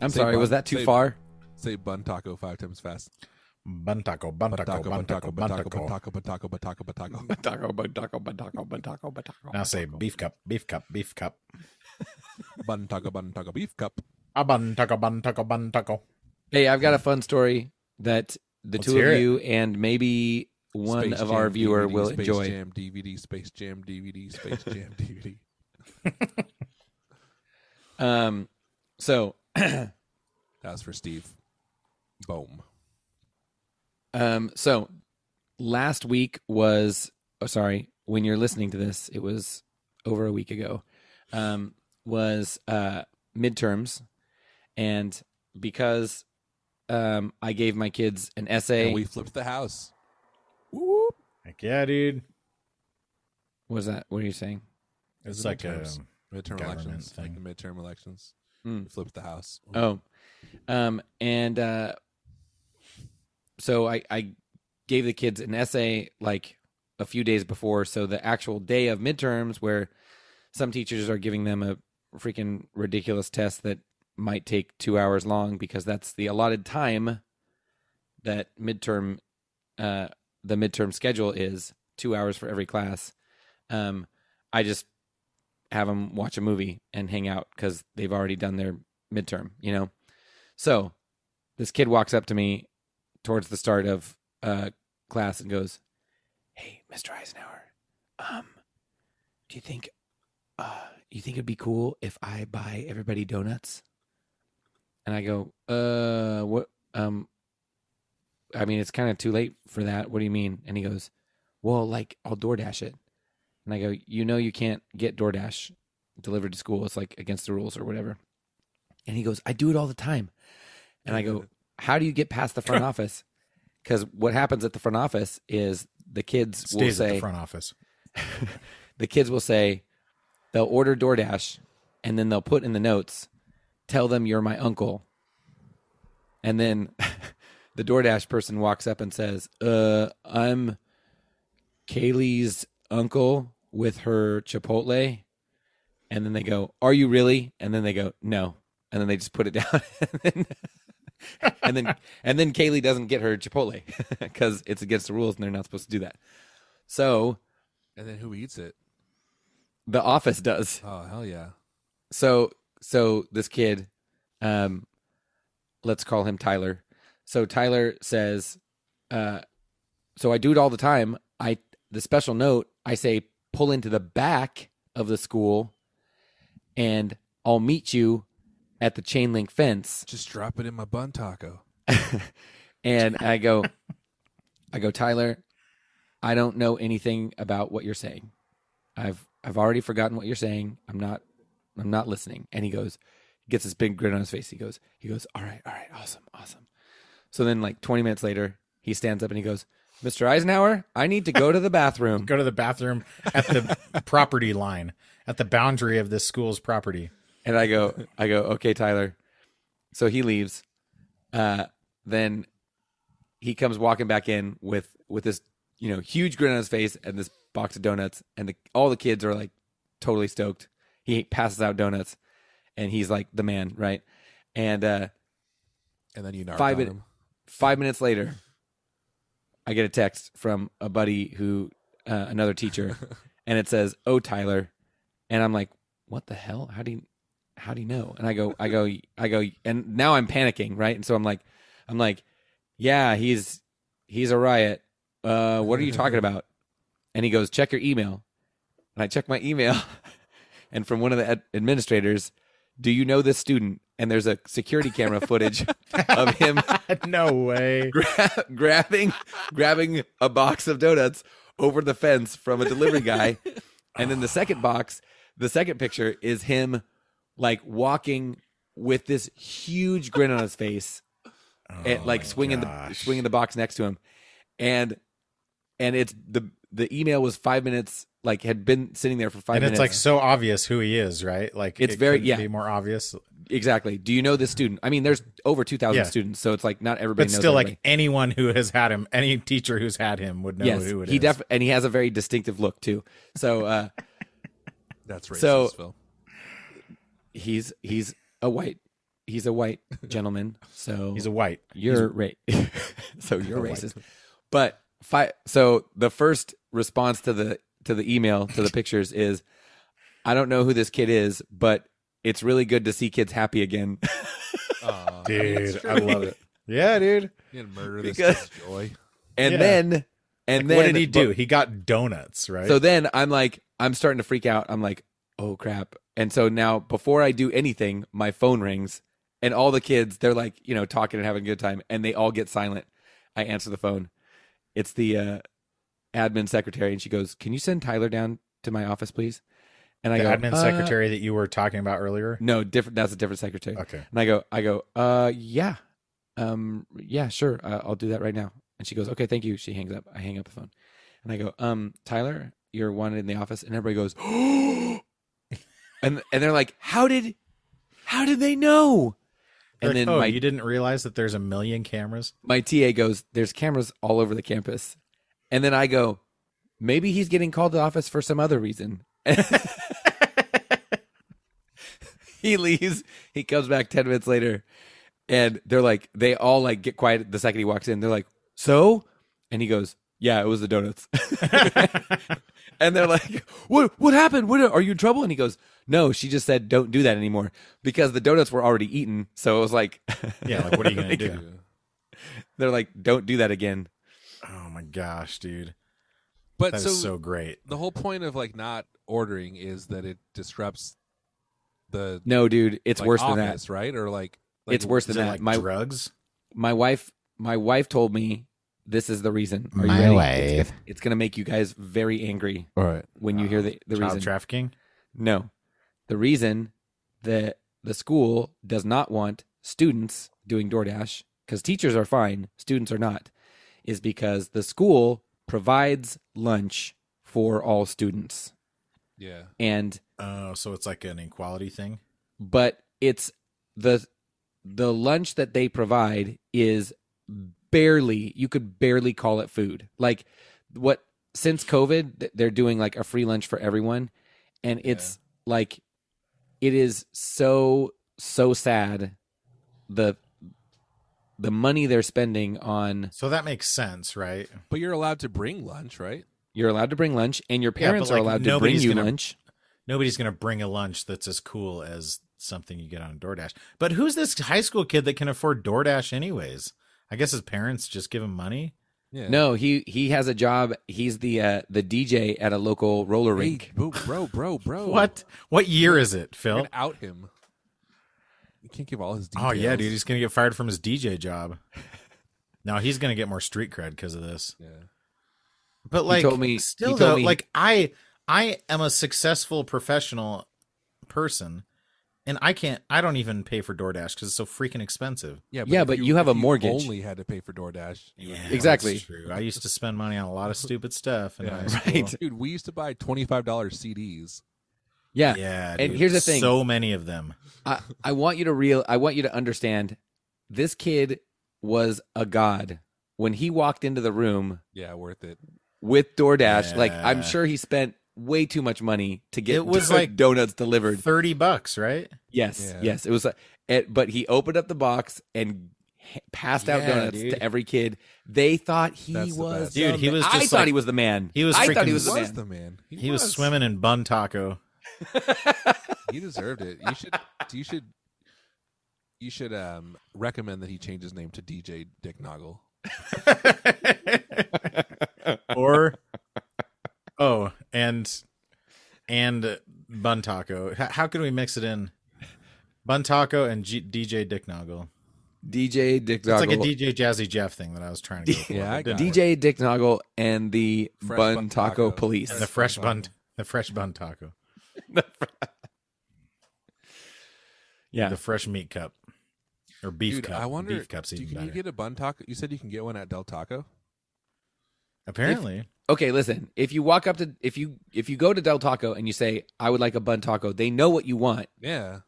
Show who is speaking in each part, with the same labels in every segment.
Speaker 1: I'm
Speaker 2: Say
Speaker 1: sorry,
Speaker 2: bun-
Speaker 1: was that too
Speaker 2: say-
Speaker 1: far?
Speaker 2: Say bun taco five times fast.
Speaker 3: Bun taco, bun
Speaker 2: Bun
Speaker 3: taco,
Speaker 2: taco,
Speaker 3: bun taco,
Speaker 2: bun
Speaker 3: bun taco.
Speaker 2: taco, bun taco, bun taco.
Speaker 1: Bataco, bataco, bataco, bataco, bataco.
Speaker 3: Now say beef cup, beef cup, beef cup.
Speaker 2: Bun taco, bun taco, beef cup.
Speaker 3: A bun taco, bun taco, bun taco.
Speaker 1: Hey, I've got a fun story that the
Speaker 3: Let's
Speaker 1: two
Speaker 3: hear
Speaker 1: of
Speaker 3: it.
Speaker 1: you and maybe one
Speaker 2: Space
Speaker 1: of our
Speaker 2: Jam
Speaker 1: viewer
Speaker 2: DVD,
Speaker 1: will
Speaker 2: Space
Speaker 1: enjoy.
Speaker 2: Jam DVD, Space Jam DVD, Space Jam DVD.
Speaker 1: Um, so
Speaker 2: That's for Steve. Boom.
Speaker 1: Um, so last week was oh, sorry, when you're listening to this, it was over a week ago. Um, was uh midterms and because um I gave my kids an essay
Speaker 2: And we flipped the house.
Speaker 3: Like, yeah, dude.
Speaker 1: what was that what are you saying?
Speaker 2: It's
Speaker 3: It's like um, a,
Speaker 2: midterms. Midterm
Speaker 3: Government
Speaker 2: elections.
Speaker 3: thing.
Speaker 2: Like the midterm elections.
Speaker 1: Mm.
Speaker 2: We flipped the house.
Speaker 1: Oh, um, and uh, so I, I gave the kids an essay like a few days before. So the actual day of midterms, where some teachers are giving them a freaking ridiculous test that might take two hours long because that's the allotted time that midterm, uh, the midterm schedule is two hours for every class. Um, I just have them watch a movie and hang out because they've already done their midterm, you know? So this kid walks up to me towards the start of uh, class and goes, Hey, Mr. Eisenhower, um, do you think, uh, you think it'd be cool if I buy everybody donuts? And I go, uh, what, um, I mean, it's kind of too late for that. What do you mean? And he goes, well, like I'll DoorDash it. And I go, you know, you can't get DoorDash delivered to school. It's like against the rules or whatever. And he goes, I do it all the time. And I go, how do you get past the front office? Because what happens at the front office is the kids will
Speaker 3: stays at
Speaker 1: say,
Speaker 3: the front office.
Speaker 1: the kids will say they'll order DoorDash and then they'll put in the notes, tell them you're my uncle. And then the DoorDash person walks up and says, "Uh, I'm Kaylee's uncle with her Chipotle." And then they go, "Are you really?" And then they go, "No." And then they just put it down. and then and then, and then Kaylee doesn't get her Chipotle because it's against the rules and they're not supposed to do that. So
Speaker 2: And then who eats it?
Speaker 1: the office does.
Speaker 2: Oh, hell yeah.
Speaker 1: so so this kid um let's call him tyler so tyler says uh so i do it all the time i the special note i say pull into the back of the school and i'll meet you at the chain link fence
Speaker 2: Just drop it in my bun taco.
Speaker 1: and I go, I go, Tyler, I don't know anything about what you're saying. I've I've already forgotten what you're saying. I'm not I'm not listening. And he goes, gets this big grin on his face. He goes, he goes, all right, all right, awesome, awesome. So then, like 20 minutes later, he stands up and he goes, Mr. Eisenhower, I need to go to the bathroom.
Speaker 3: Go to the bathroom at the property line, at the boundary of this school's property.
Speaker 1: And I go, I go, okay, Tyler. So he leaves. Uh, then he comes walking back in with with this you know huge grin on his face and this box of donuts, and the, all the kids are like totally stoked. He passes out donuts, and he's like the man, right? And uh,
Speaker 2: And then you narc
Speaker 1: Five
Speaker 2: on
Speaker 1: it-
Speaker 2: him.
Speaker 1: five minutes later, I get a text from a buddy who, uh, another teacher, and it says, "Oh, Tyler," and I'm like, "What the hell? How do you, how do you know?" And I go, I go, I go, and now I'm panicking, right? And so I'm like, I'm like, "Yeah, he's he's a riot. Uh, what are you talking about?" And he goes, "Check your email," and I check my email, and from one of the ad- administrators, "Do you know this student?" And there's a security camera footage of him
Speaker 3: no way.
Speaker 1: gra- grabbing grabbing a box of donuts over the fence from a delivery guy and then the second box the second picture is him like walking with this huge grin on his face and like swinging the
Speaker 3: Oh gosh.
Speaker 1: swinging the box next to him and and it's the the email was 5 minutes like had been sitting there for 5
Speaker 3: and it's
Speaker 1: minutes
Speaker 3: like so obvious who he is, right? Like
Speaker 1: It's
Speaker 3: it
Speaker 1: very-
Speaker 3: couldn't
Speaker 1: yeah.
Speaker 3: be more obvious.
Speaker 1: exactly do you know this student i mean there's over 2000
Speaker 3: Yeah.
Speaker 1: students so it's like not everybody
Speaker 3: But
Speaker 1: knows
Speaker 3: still,
Speaker 1: everybody.
Speaker 3: like anyone who has had him, any teacher who's had him would know who it is.
Speaker 1: he def and he has a very distinctive look too so uh
Speaker 2: That's racist,
Speaker 1: So-
Speaker 2: Phil.
Speaker 1: he's he's a white he's a white gentleman, so
Speaker 3: He's a white.
Speaker 1: you're right. so you're
Speaker 2: White.
Speaker 1: racist. But fi- so the first response to the to the email to the pictures is, I don't know who this kid is, but it's really good to see kids happy again.
Speaker 2: Aw,
Speaker 3: Dude,
Speaker 2: that's
Speaker 3: I
Speaker 2: true.
Speaker 3: love it. Yeah, dude.
Speaker 2: You didn't murder this
Speaker 1: Because-
Speaker 2: kid's joy.
Speaker 1: And
Speaker 3: Yeah.
Speaker 1: then and then
Speaker 3: what did he
Speaker 1: but-
Speaker 3: do? he got donuts, right?
Speaker 1: So then I'm like, I'm starting to freak out. I'm like, oh crap. And so now before I do anything, my phone rings and all the kids, they're like, you know, talking and having a good time. And they all get silent. I answer the phone. It's the uh, admin secretary. And she goes, can you send Tyler down to my office, please? And I
Speaker 3: the
Speaker 1: go,
Speaker 3: admin
Speaker 1: "Uh,
Speaker 3: secretary that you were talking about earlier.
Speaker 1: No, different. That's a different secretary.
Speaker 3: Okay.
Speaker 1: And I go, I go, uh, yeah, um, yeah, sure, uh, I'll do that right now. And she goes, okay, thank you. She hangs up. I hang up the phone, and I go, um, Tyler, you're wanted in the office. And everybody goes, and and they're like, how did, how did they know?
Speaker 3: And
Speaker 1: And then
Speaker 3: oh,
Speaker 1: my
Speaker 3: you didn't realize that there's a million cameras.
Speaker 1: my TA goes, there's cameras all over the campus, and then I go, maybe he's getting called to office for some other reason. he leaves. He comes back ten minutes later, and they're like, they all like get quiet the second he walks in. They're like, so, and he goes, yeah, it was the donuts. and they're like, what? What happened? What are you in trouble? And he goes, no, she just said don't do that anymore because the donuts were already eaten. So it was like,
Speaker 3: Yeah, like what are you gonna do?
Speaker 2: Yeah.
Speaker 1: they're like, don't do that again.
Speaker 3: Oh my gosh, dude,
Speaker 2: But
Speaker 3: that is
Speaker 2: so,
Speaker 3: so great.
Speaker 2: the whole point of like not ordering is that it disrupts the
Speaker 1: No, dude, it's
Speaker 2: like,
Speaker 1: worse than that.
Speaker 2: office, right? Or like, like
Speaker 1: it's worse
Speaker 3: Is
Speaker 1: than
Speaker 3: it
Speaker 1: that.
Speaker 3: like
Speaker 1: my
Speaker 3: drugs?
Speaker 1: my wife my wife told me this is the reason. Are you
Speaker 3: My
Speaker 1: ready?
Speaker 3: wife.
Speaker 1: It's, it's gonna make you guys very angry
Speaker 2: All right.
Speaker 1: when you hear the, the
Speaker 3: Child
Speaker 1: reason.
Speaker 3: trafficking?
Speaker 1: no. The reason that the school does not want students doing DoorDash, because teachers are fine, students are not, is because the school provides lunch for all students.
Speaker 2: Yeah.
Speaker 1: And
Speaker 3: Oh, so it's like an equality thing.
Speaker 1: but it's the the lunch that they provide is barely you could barely call it food like what since covid th- they're doing like a free lunch for everyone and it's like it is so so sad the the money they're spending on
Speaker 3: So that makes sense, right?
Speaker 2: But you're allowed to bring lunch, right?
Speaker 1: you're allowed to bring lunch and your
Speaker 3: Yeah, but,
Speaker 1: parents
Speaker 3: like,
Speaker 1: are allowed to bring
Speaker 3: nobody's
Speaker 1: you
Speaker 3: gonna-
Speaker 1: lunch
Speaker 3: Nobody's gonna bring a lunch that's as cool as something you get on DoorDash. But who's this high school kid that can afford DoorDash anyways? I guess his parents just give him money.
Speaker 2: Yeah.
Speaker 1: no he he has a job he's the uh the dj at a local roller
Speaker 2: Hey,
Speaker 1: rink
Speaker 2: bro, bro, bro,
Speaker 1: Oh.
Speaker 2: bro.
Speaker 3: What? What year is it,
Speaker 2: You're
Speaker 3: Phil?
Speaker 2: gonna out him. You can't give all his details.
Speaker 3: Oh yeah, dude, he's gonna get fired from his DJ job. no, he's gonna get more street cred because of this.
Speaker 2: Yeah.
Speaker 3: But like,
Speaker 1: told me-
Speaker 3: still
Speaker 1: he told
Speaker 3: though,
Speaker 1: me-
Speaker 3: like I, I am a successful professional person, and I can't. I don't even pay for DoorDash because it's so freaking expensive.
Speaker 2: Yeah,
Speaker 1: Yeah,
Speaker 2: if
Speaker 1: but you have
Speaker 2: if
Speaker 1: a mortgage.
Speaker 2: Only had to pay for DoorDash. you would-
Speaker 3: Yeah,
Speaker 1: Exactly.
Speaker 3: that's true. I used to spend money on a lot of stupid stuff. In
Speaker 2: Yeah.
Speaker 3: high school.
Speaker 1: Right.
Speaker 2: Dude, we used to buy $25 CDs.
Speaker 1: yeah
Speaker 3: Yeah.
Speaker 1: And
Speaker 3: dude,
Speaker 1: here's the thing.
Speaker 3: So many of them.
Speaker 1: I, I want you to real I want you to understand this kid was a god when he walked into the room
Speaker 2: Yeah, worth it.
Speaker 1: with DoorDash like
Speaker 3: Yeah.
Speaker 1: I'm sure he spent way too much money to get
Speaker 3: It was like
Speaker 1: donuts delivered
Speaker 3: Thirty bucks, right?
Speaker 1: yes
Speaker 2: Yeah.
Speaker 1: yes it was like it, but he opened up the box and h- passed out
Speaker 3: Yeah,
Speaker 1: donuts
Speaker 3: dude.
Speaker 1: to every kid they thought he
Speaker 2: That's the
Speaker 1: was
Speaker 2: best.
Speaker 1: the
Speaker 3: Dude, he
Speaker 1: ma-
Speaker 3: was
Speaker 1: I
Speaker 3: just
Speaker 1: thought
Speaker 3: like-
Speaker 1: he was the man
Speaker 3: he was
Speaker 1: I thought
Speaker 3: freaking-
Speaker 1: he was the
Speaker 2: was
Speaker 1: man
Speaker 2: the man.
Speaker 3: He, was. swimming in bun taco.
Speaker 2: He deserved it. You should. You should. You should um, recommend that he change his name to DJ Dick Noggle.
Speaker 3: or oh, and and bun taco. H- how can we mix it in? Bun taco and G- DJ Dick Noggle.
Speaker 1: DJ Dick
Speaker 3: It's like a
Speaker 1: Noggle.
Speaker 3: DJ Jazzy Jeff thing that I was trying to go for.
Speaker 2: Yeah, I
Speaker 3: It didn't
Speaker 2: got it.
Speaker 3: work.
Speaker 1: DJ Dick Noggle and the
Speaker 2: Fresh
Speaker 1: Bun,
Speaker 2: Bun
Speaker 1: Taco,
Speaker 2: Taco.
Speaker 1: Police
Speaker 3: And the fresh bun, the fresh bun taco,
Speaker 1: yeah
Speaker 3: the fresh meat cup, or beef
Speaker 2: Dude,
Speaker 3: cup.
Speaker 2: I wonder.
Speaker 3: beef cups
Speaker 2: do,
Speaker 3: even
Speaker 2: can
Speaker 3: better.
Speaker 2: you get a bun taco? You said you can get one at Del Taco.
Speaker 3: Apparently,
Speaker 1: okay listen if you walk up to if you if you go to del taco and you say i would like a bun taco they know what you want
Speaker 2: Yeah.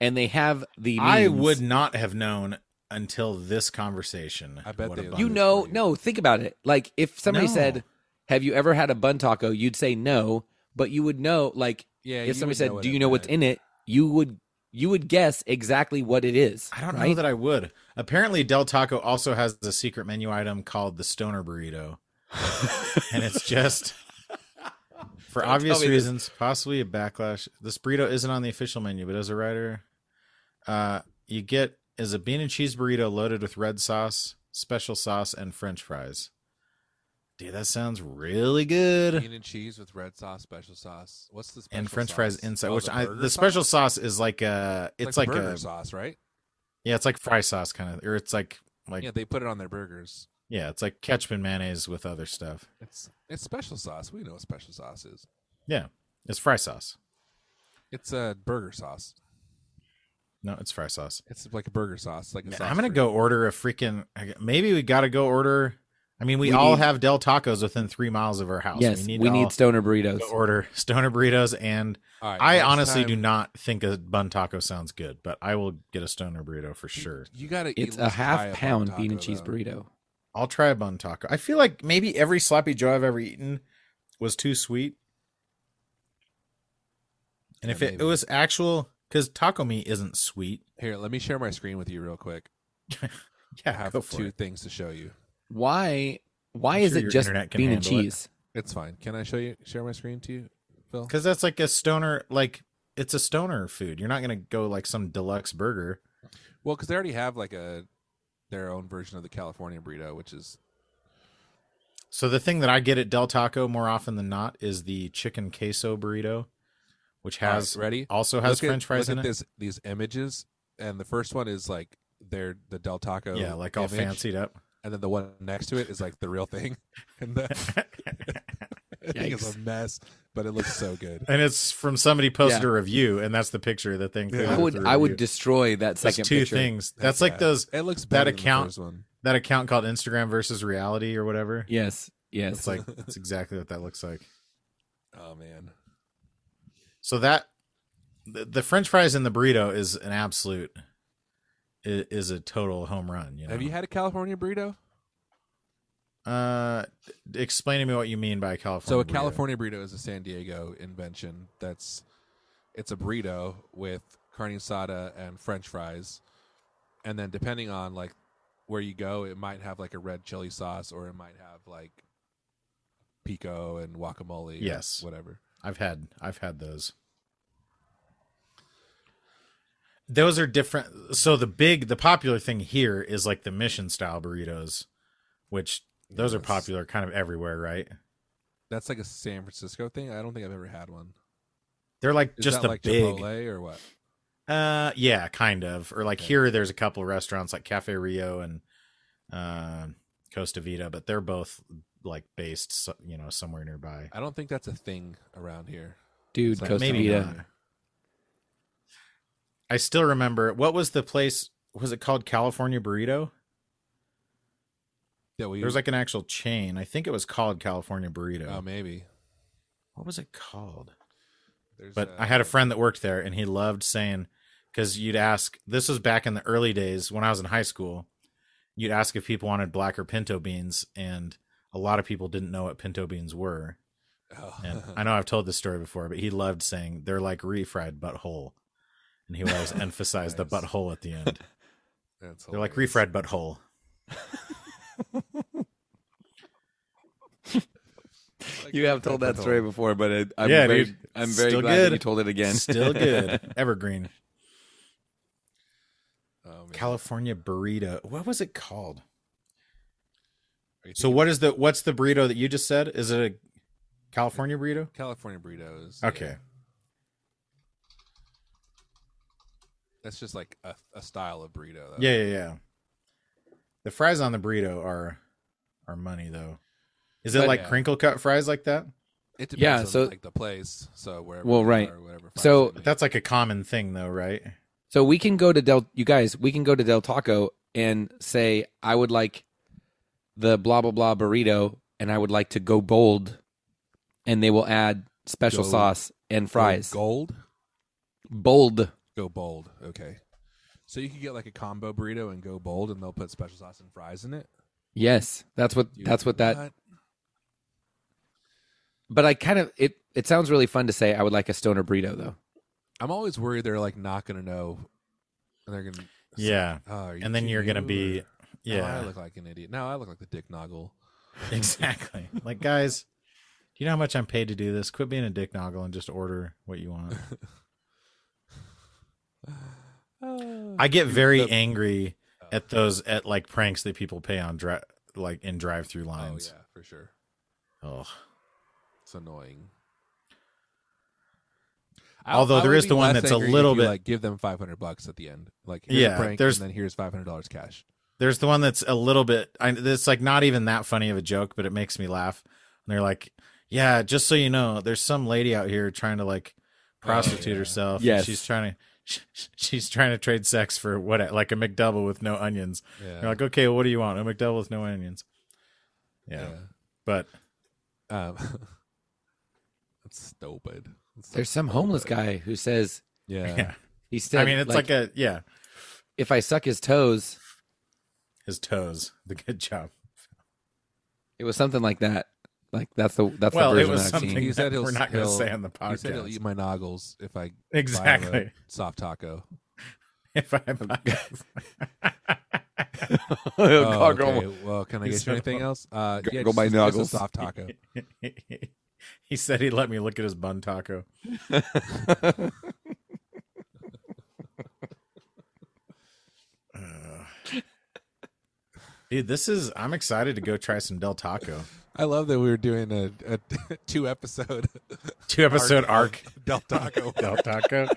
Speaker 1: and they have the
Speaker 3: I
Speaker 1: means.
Speaker 3: would not have known until this conversation.
Speaker 2: I bet
Speaker 3: what a
Speaker 2: they-
Speaker 3: bun
Speaker 1: you
Speaker 3: is.
Speaker 1: know
Speaker 2: for you.
Speaker 1: no think about it like if somebody
Speaker 3: No.
Speaker 1: said have you ever had a bun taco you'd say no but you would know like
Speaker 2: Yeah.
Speaker 1: if
Speaker 2: you
Speaker 1: somebody
Speaker 2: would
Speaker 1: said
Speaker 2: know what
Speaker 1: do
Speaker 2: it
Speaker 1: you know what's
Speaker 2: meant.
Speaker 1: in it you would you would guess exactly what it is.
Speaker 3: I don't know
Speaker 1: right?
Speaker 3: that I would. Apparently, Del Taco also has a secret menu item called the Stoner Burrito, and it's just for
Speaker 1: Don't
Speaker 3: obvious
Speaker 1: tell me this.
Speaker 3: reasons, possibly a backlash. This burrito isn't on the official menu, but as a writer, uh, you get is a bean and cheese burrito loaded with red sauce, special sauce, and French fries. Dude, that sounds really good.
Speaker 2: Bean and cheese with red sauce, special sauce. What's the special
Speaker 3: And French
Speaker 2: sauce?
Speaker 3: fries inside,
Speaker 2: Oh,
Speaker 3: which I
Speaker 2: burger
Speaker 3: the special sauce is like a
Speaker 2: It's,
Speaker 3: it's
Speaker 2: like,
Speaker 3: like,
Speaker 2: burger
Speaker 3: a
Speaker 2: sauce, right?
Speaker 3: yeah, it's like fry sauce kind of, or it's like like
Speaker 2: yeah, they put it on their burgers.
Speaker 3: Yeah, it's like ketchup and mayonnaise with other stuff.
Speaker 2: It's it's special sauce. We know what special sauce is.
Speaker 3: It's fry sauce.
Speaker 2: It's a burger sauce.
Speaker 3: No, it's fry sauce.
Speaker 2: It's like a burger sauce. Like a
Speaker 3: Man,
Speaker 2: sauce
Speaker 3: I'm gonna
Speaker 2: for-
Speaker 3: go order a freaking. I- Maybe we gotta go order. I mean, we,
Speaker 1: We
Speaker 3: all
Speaker 1: need-
Speaker 3: have Del Tacos within three miles of our house.
Speaker 1: yes,
Speaker 3: we need,
Speaker 1: we
Speaker 3: to all
Speaker 1: need stoner burritos.
Speaker 3: go order stoner burritos, and
Speaker 2: All right,
Speaker 3: I
Speaker 2: next
Speaker 3: honestly
Speaker 2: time-
Speaker 3: do not think a bun taco sounds good, but I will get a stoner burrito for
Speaker 2: Mm.
Speaker 3: sure.
Speaker 2: You gotta. eat
Speaker 1: It's
Speaker 2: at
Speaker 1: a
Speaker 2: least try
Speaker 1: half
Speaker 2: a hot
Speaker 1: pound bean and
Speaker 2: taco,
Speaker 1: cheese
Speaker 2: though.
Speaker 1: burrito.
Speaker 3: I'll try a bun taco. I feel like maybe every sloppy Joe I've ever eaten was too sweet. And
Speaker 2: Yeah,
Speaker 3: if it, it
Speaker 2: maybe.
Speaker 3: was actual, because taco meat isn't sweet.
Speaker 2: Here, let me share my screen with you real quick. I
Speaker 3: Yeah,
Speaker 2: have
Speaker 3: go for
Speaker 2: two
Speaker 3: it.
Speaker 2: things to show you.
Speaker 1: Why? Why
Speaker 3: I'm
Speaker 1: is
Speaker 3: sure
Speaker 1: it
Speaker 3: your
Speaker 1: just
Speaker 3: internet can
Speaker 1: bean and
Speaker 3: handle it.
Speaker 1: cheese?
Speaker 2: It's fine. Can I show you? Share my screen to you, Phil.
Speaker 3: Because that's like a stoner, like it's a stoner food. You're not gonna go like some deluxe burger.
Speaker 2: Well, because they already have like a their own version of the California burrito, which is
Speaker 3: So the thing that I get at Del Taco more often than not is the chicken queso burrito, which
Speaker 2: All right,
Speaker 3: has
Speaker 2: ready.
Speaker 3: also has
Speaker 2: look
Speaker 3: French
Speaker 2: at,
Speaker 3: fries
Speaker 2: look
Speaker 3: in
Speaker 2: at
Speaker 3: it.
Speaker 2: this, These images, and the first one is like they're the Del Taco.
Speaker 3: yeah, like all
Speaker 2: image,
Speaker 3: fancied up.
Speaker 2: and then the one next to it is like the real thing, and the thing is a mess, but it looks so good.
Speaker 3: and it's from somebody posted a review, and that's the picture of the thing.
Speaker 1: I
Speaker 2: Yeah.
Speaker 3: clearly
Speaker 2: That's
Speaker 3: with the
Speaker 1: would. I would
Speaker 3: review.
Speaker 1: destroy that
Speaker 3: That's
Speaker 1: second
Speaker 3: two
Speaker 1: picture.
Speaker 3: things. That's, like
Speaker 2: bad.
Speaker 3: those
Speaker 2: It looks better than the
Speaker 3: account-
Speaker 2: first one.
Speaker 3: that account called Instagram versus reality or whatever.
Speaker 1: Yes. Yes.
Speaker 3: It's like that's exactly what that looks like.
Speaker 2: Oh man,
Speaker 3: So that the, the French fries in the burrito is an absolute is, is a total home run. You know.
Speaker 2: have you had a California burrito?
Speaker 3: Uh, explain to me what you mean by California.
Speaker 2: So a
Speaker 3: burrito.
Speaker 2: California burrito is a San Diego invention. That's it's a burrito with carne asada and French fries, and then depending on like where you go, it might have like a red chili sauce or it might have like pico and guacamole. or
Speaker 3: Yes.
Speaker 2: whatever.
Speaker 3: I've had I've had those. Those are different. So the big the popular thing here is like the mission style burritos, which those are
Speaker 2: Yes.
Speaker 3: popular kind of everywhere, right?
Speaker 2: That's like a San Francisco thing. I don't think I've ever had one.
Speaker 3: They're like
Speaker 2: Is
Speaker 3: just
Speaker 2: that
Speaker 3: the
Speaker 2: like
Speaker 3: big
Speaker 2: Chipotle or what?
Speaker 3: Uh, yeah, kind of. Or like
Speaker 2: Okay.
Speaker 3: here, there's a couple of restaurants like Cafe Rio and uh, Costa Vida, but they're both like based, so- you know, somewhere nearby.
Speaker 2: I don't think that's a thing around here.
Speaker 1: dude,
Speaker 2: It's like
Speaker 1: Costa
Speaker 3: Maybe
Speaker 1: Vida.
Speaker 3: not. I still remember what was the place? Was it called California Burrito?
Speaker 2: Yeah, we
Speaker 3: There was like an actual chain. I think it was called California Burrito.
Speaker 1: Um,
Speaker 2: oh maybe.
Speaker 3: what was it called?
Speaker 2: There's
Speaker 3: But
Speaker 2: uh,
Speaker 3: I had a friend that worked there, and he loved saying because you'd ask. This was back in the early days when I was in high school. You'd ask if people wanted black or pinto beans, and a lot of people didn't know what pinto beans were.
Speaker 2: Oh.
Speaker 3: And I know I've told this story before, but he loved saying they're like refried butthole, and he would always emphasize the
Speaker 2: Nice.
Speaker 3: butthole at the end.
Speaker 2: That's
Speaker 3: They're like
Speaker 2: hilarious.
Speaker 3: refried butthole.
Speaker 2: Like
Speaker 1: You have
Speaker 2: refried
Speaker 1: told that
Speaker 2: butthole.
Speaker 1: story before, but it, I'm
Speaker 3: Yeah,
Speaker 1: very,
Speaker 3: dude.
Speaker 1: I'm very
Speaker 3: Still
Speaker 1: glad that
Speaker 3: good.
Speaker 1: you told it again.
Speaker 3: Still good, evergreen.
Speaker 2: Oh, man.
Speaker 3: California burrito. What was it called?
Speaker 2: Are you
Speaker 3: So what is the what's the burrito that you just said? Is it a California burrito?
Speaker 2: California burritos.
Speaker 3: Okay.
Speaker 2: yeah. That's just like a, a style of burrito. Though.
Speaker 3: Yeah, yeah, yeah. The fries on the burrito are are money though. Is it
Speaker 1: But-
Speaker 3: like
Speaker 2: Yeah.
Speaker 3: crinkle cut fries like that?
Speaker 2: It depends
Speaker 1: Yeah,
Speaker 2: on
Speaker 1: so-
Speaker 2: like the place. So wherever.
Speaker 1: Well,
Speaker 2: you
Speaker 1: right.
Speaker 2: Are, whatever fries
Speaker 1: So-
Speaker 2: they
Speaker 3: But
Speaker 2: make.
Speaker 3: that's like a common thing though, right?
Speaker 1: So we can go to Del. You guys, we can go to Del Taco and say, "I would like the blah blah blah burrito, and I would like to go bold," and they will add special
Speaker 2: Go-
Speaker 1: sauce and fries.
Speaker 2: Go gold.
Speaker 1: Bold.
Speaker 2: Go bold. Okay. So you could get like a combo burrito and go bold, and they'll put special sauce and fries in it.
Speaker 1: Yes, that's what
Speaker 2: Dude,
Speaker 1: that's what that. But I kind of it. It sounds really fun to say. I would like a stoner burrito, though.
Speaker 2: I'm always worried they're like not gonna know, and they're gonna it's like,
Speaker 3: Yeah.
Speaker 2: "Oh, are you
Speaker 3: And then you're
Speaker 2: kidding
Speaker 3: gonna
Speaker 2: me?"
Speaker 3: be
Speaker 2: Or, "Now I
Speaker 3: yeah,
Speaker 2: look like an idiot. Now I look like the dick noggle.
Speaker 3: exactly. Like guys, do you know how much I'm paid to do this? Quit being a dick noggle and just order what you want. I get very
Speaker 2: The-
Speaker 3: angry
Speaker 2: Oh.
Speaker 3: at those at like pranks that people pay on dri- like in drive-through
Speaker 2: oh
Speaker 3: lines.
Speaker 2: yeah, for sure.
Speaker 3: Oh.
Speaker 2: It's annoying.
Speaker 3: Although there
Speaker 2: would
Speaker 3: is
Speaker 2: be
Speaker 3: the one
Speaker 2: less
Speaker 3: that's a
Speaker 2: angry if
Speaker 3: little
Speaker 2: you,
Speaker 3: bit-
Speaker 2: like give them five hundred bucks at the end. Like here's yeah,
Speaker 3: Yeah,
Speaker 2: a prank,
Speaker 3: there's-
Speaker 2: and then here's five hundred dollars cash.
Speaker 3: There's the one that's a little bit. I, it's like not even that funny of a joke, but it makes me laugh. And they're like, "Yeah, just so you know, there's some lady out here trying to like prostitute
Speaker 2: Oh, yeah.
Speaker 3: herself. and
Speaker 1: Yes.
Speaker 3: she's trying to." sh- sh- She's trying to trade sex for what, like a McDouble with no onions.
Speaker 2: Yeah,
Speaker 3: You're like, okay, what do you want? A McDouble with no onions. Yeah, but
Speaker 2: yeah. Um, that's stupid. That's so
Speaker 1: There's some homeless
Speaker 2: stupid.
Speaker 1: guy who says
Speaker 2: Yeah.
Speaker 3: yeah,
Speaker 1: he said.
Speaker 3: I mean, it's like, a yeah,
Speaker 1: if I suck his toes,
Speaker 3: his toes. The good job.
Speaker 1: it was something like that. Like that's the that's
Speaker 3: well,
Speaker 1: the
Speaker 3: it
Speaker 1: version
Speaker 3: was
Speaker 1: I've
Speaker 3: something
Speaker 1: seen.
Speaker 2: He
Speaker 3: that
Speaker 2: said he'll-
Speaker 3: we're not going to
Speaker 2: he'll-
Speaker 3: say on the
Speaker 2: He said he'll
Speaker 3: podcast.
Speaker 2: eat my noggles if I buy him
Speaker 3: Exactly.
Speaker 2: a soft taco.
Speaker 3: If I
Speaker 2: Oh,
Speaker 1: Gargle.
Speaker 2: okay. Well, can I
Speaker 3: He
Speaker 2: get
Speaker 3: said-
Speaker 2: you anything else? Uh, yeah,
Speaker 1: Gargle
Speaker 2: just,
Speaker 1: my
Speaker 2: just
Speaker 1: noggles.
Speaker 2: a soft taco.
Speaker 3: he said he'd let me look at his bun taco. Dude, this is. I'm excited to go try some Del Taco.
Speaker 2: I love that we were doing a, a two episode
Speaker 3: Two episode arc,
Speaker 2: Del Taco,
Speaker 3: Del Taco.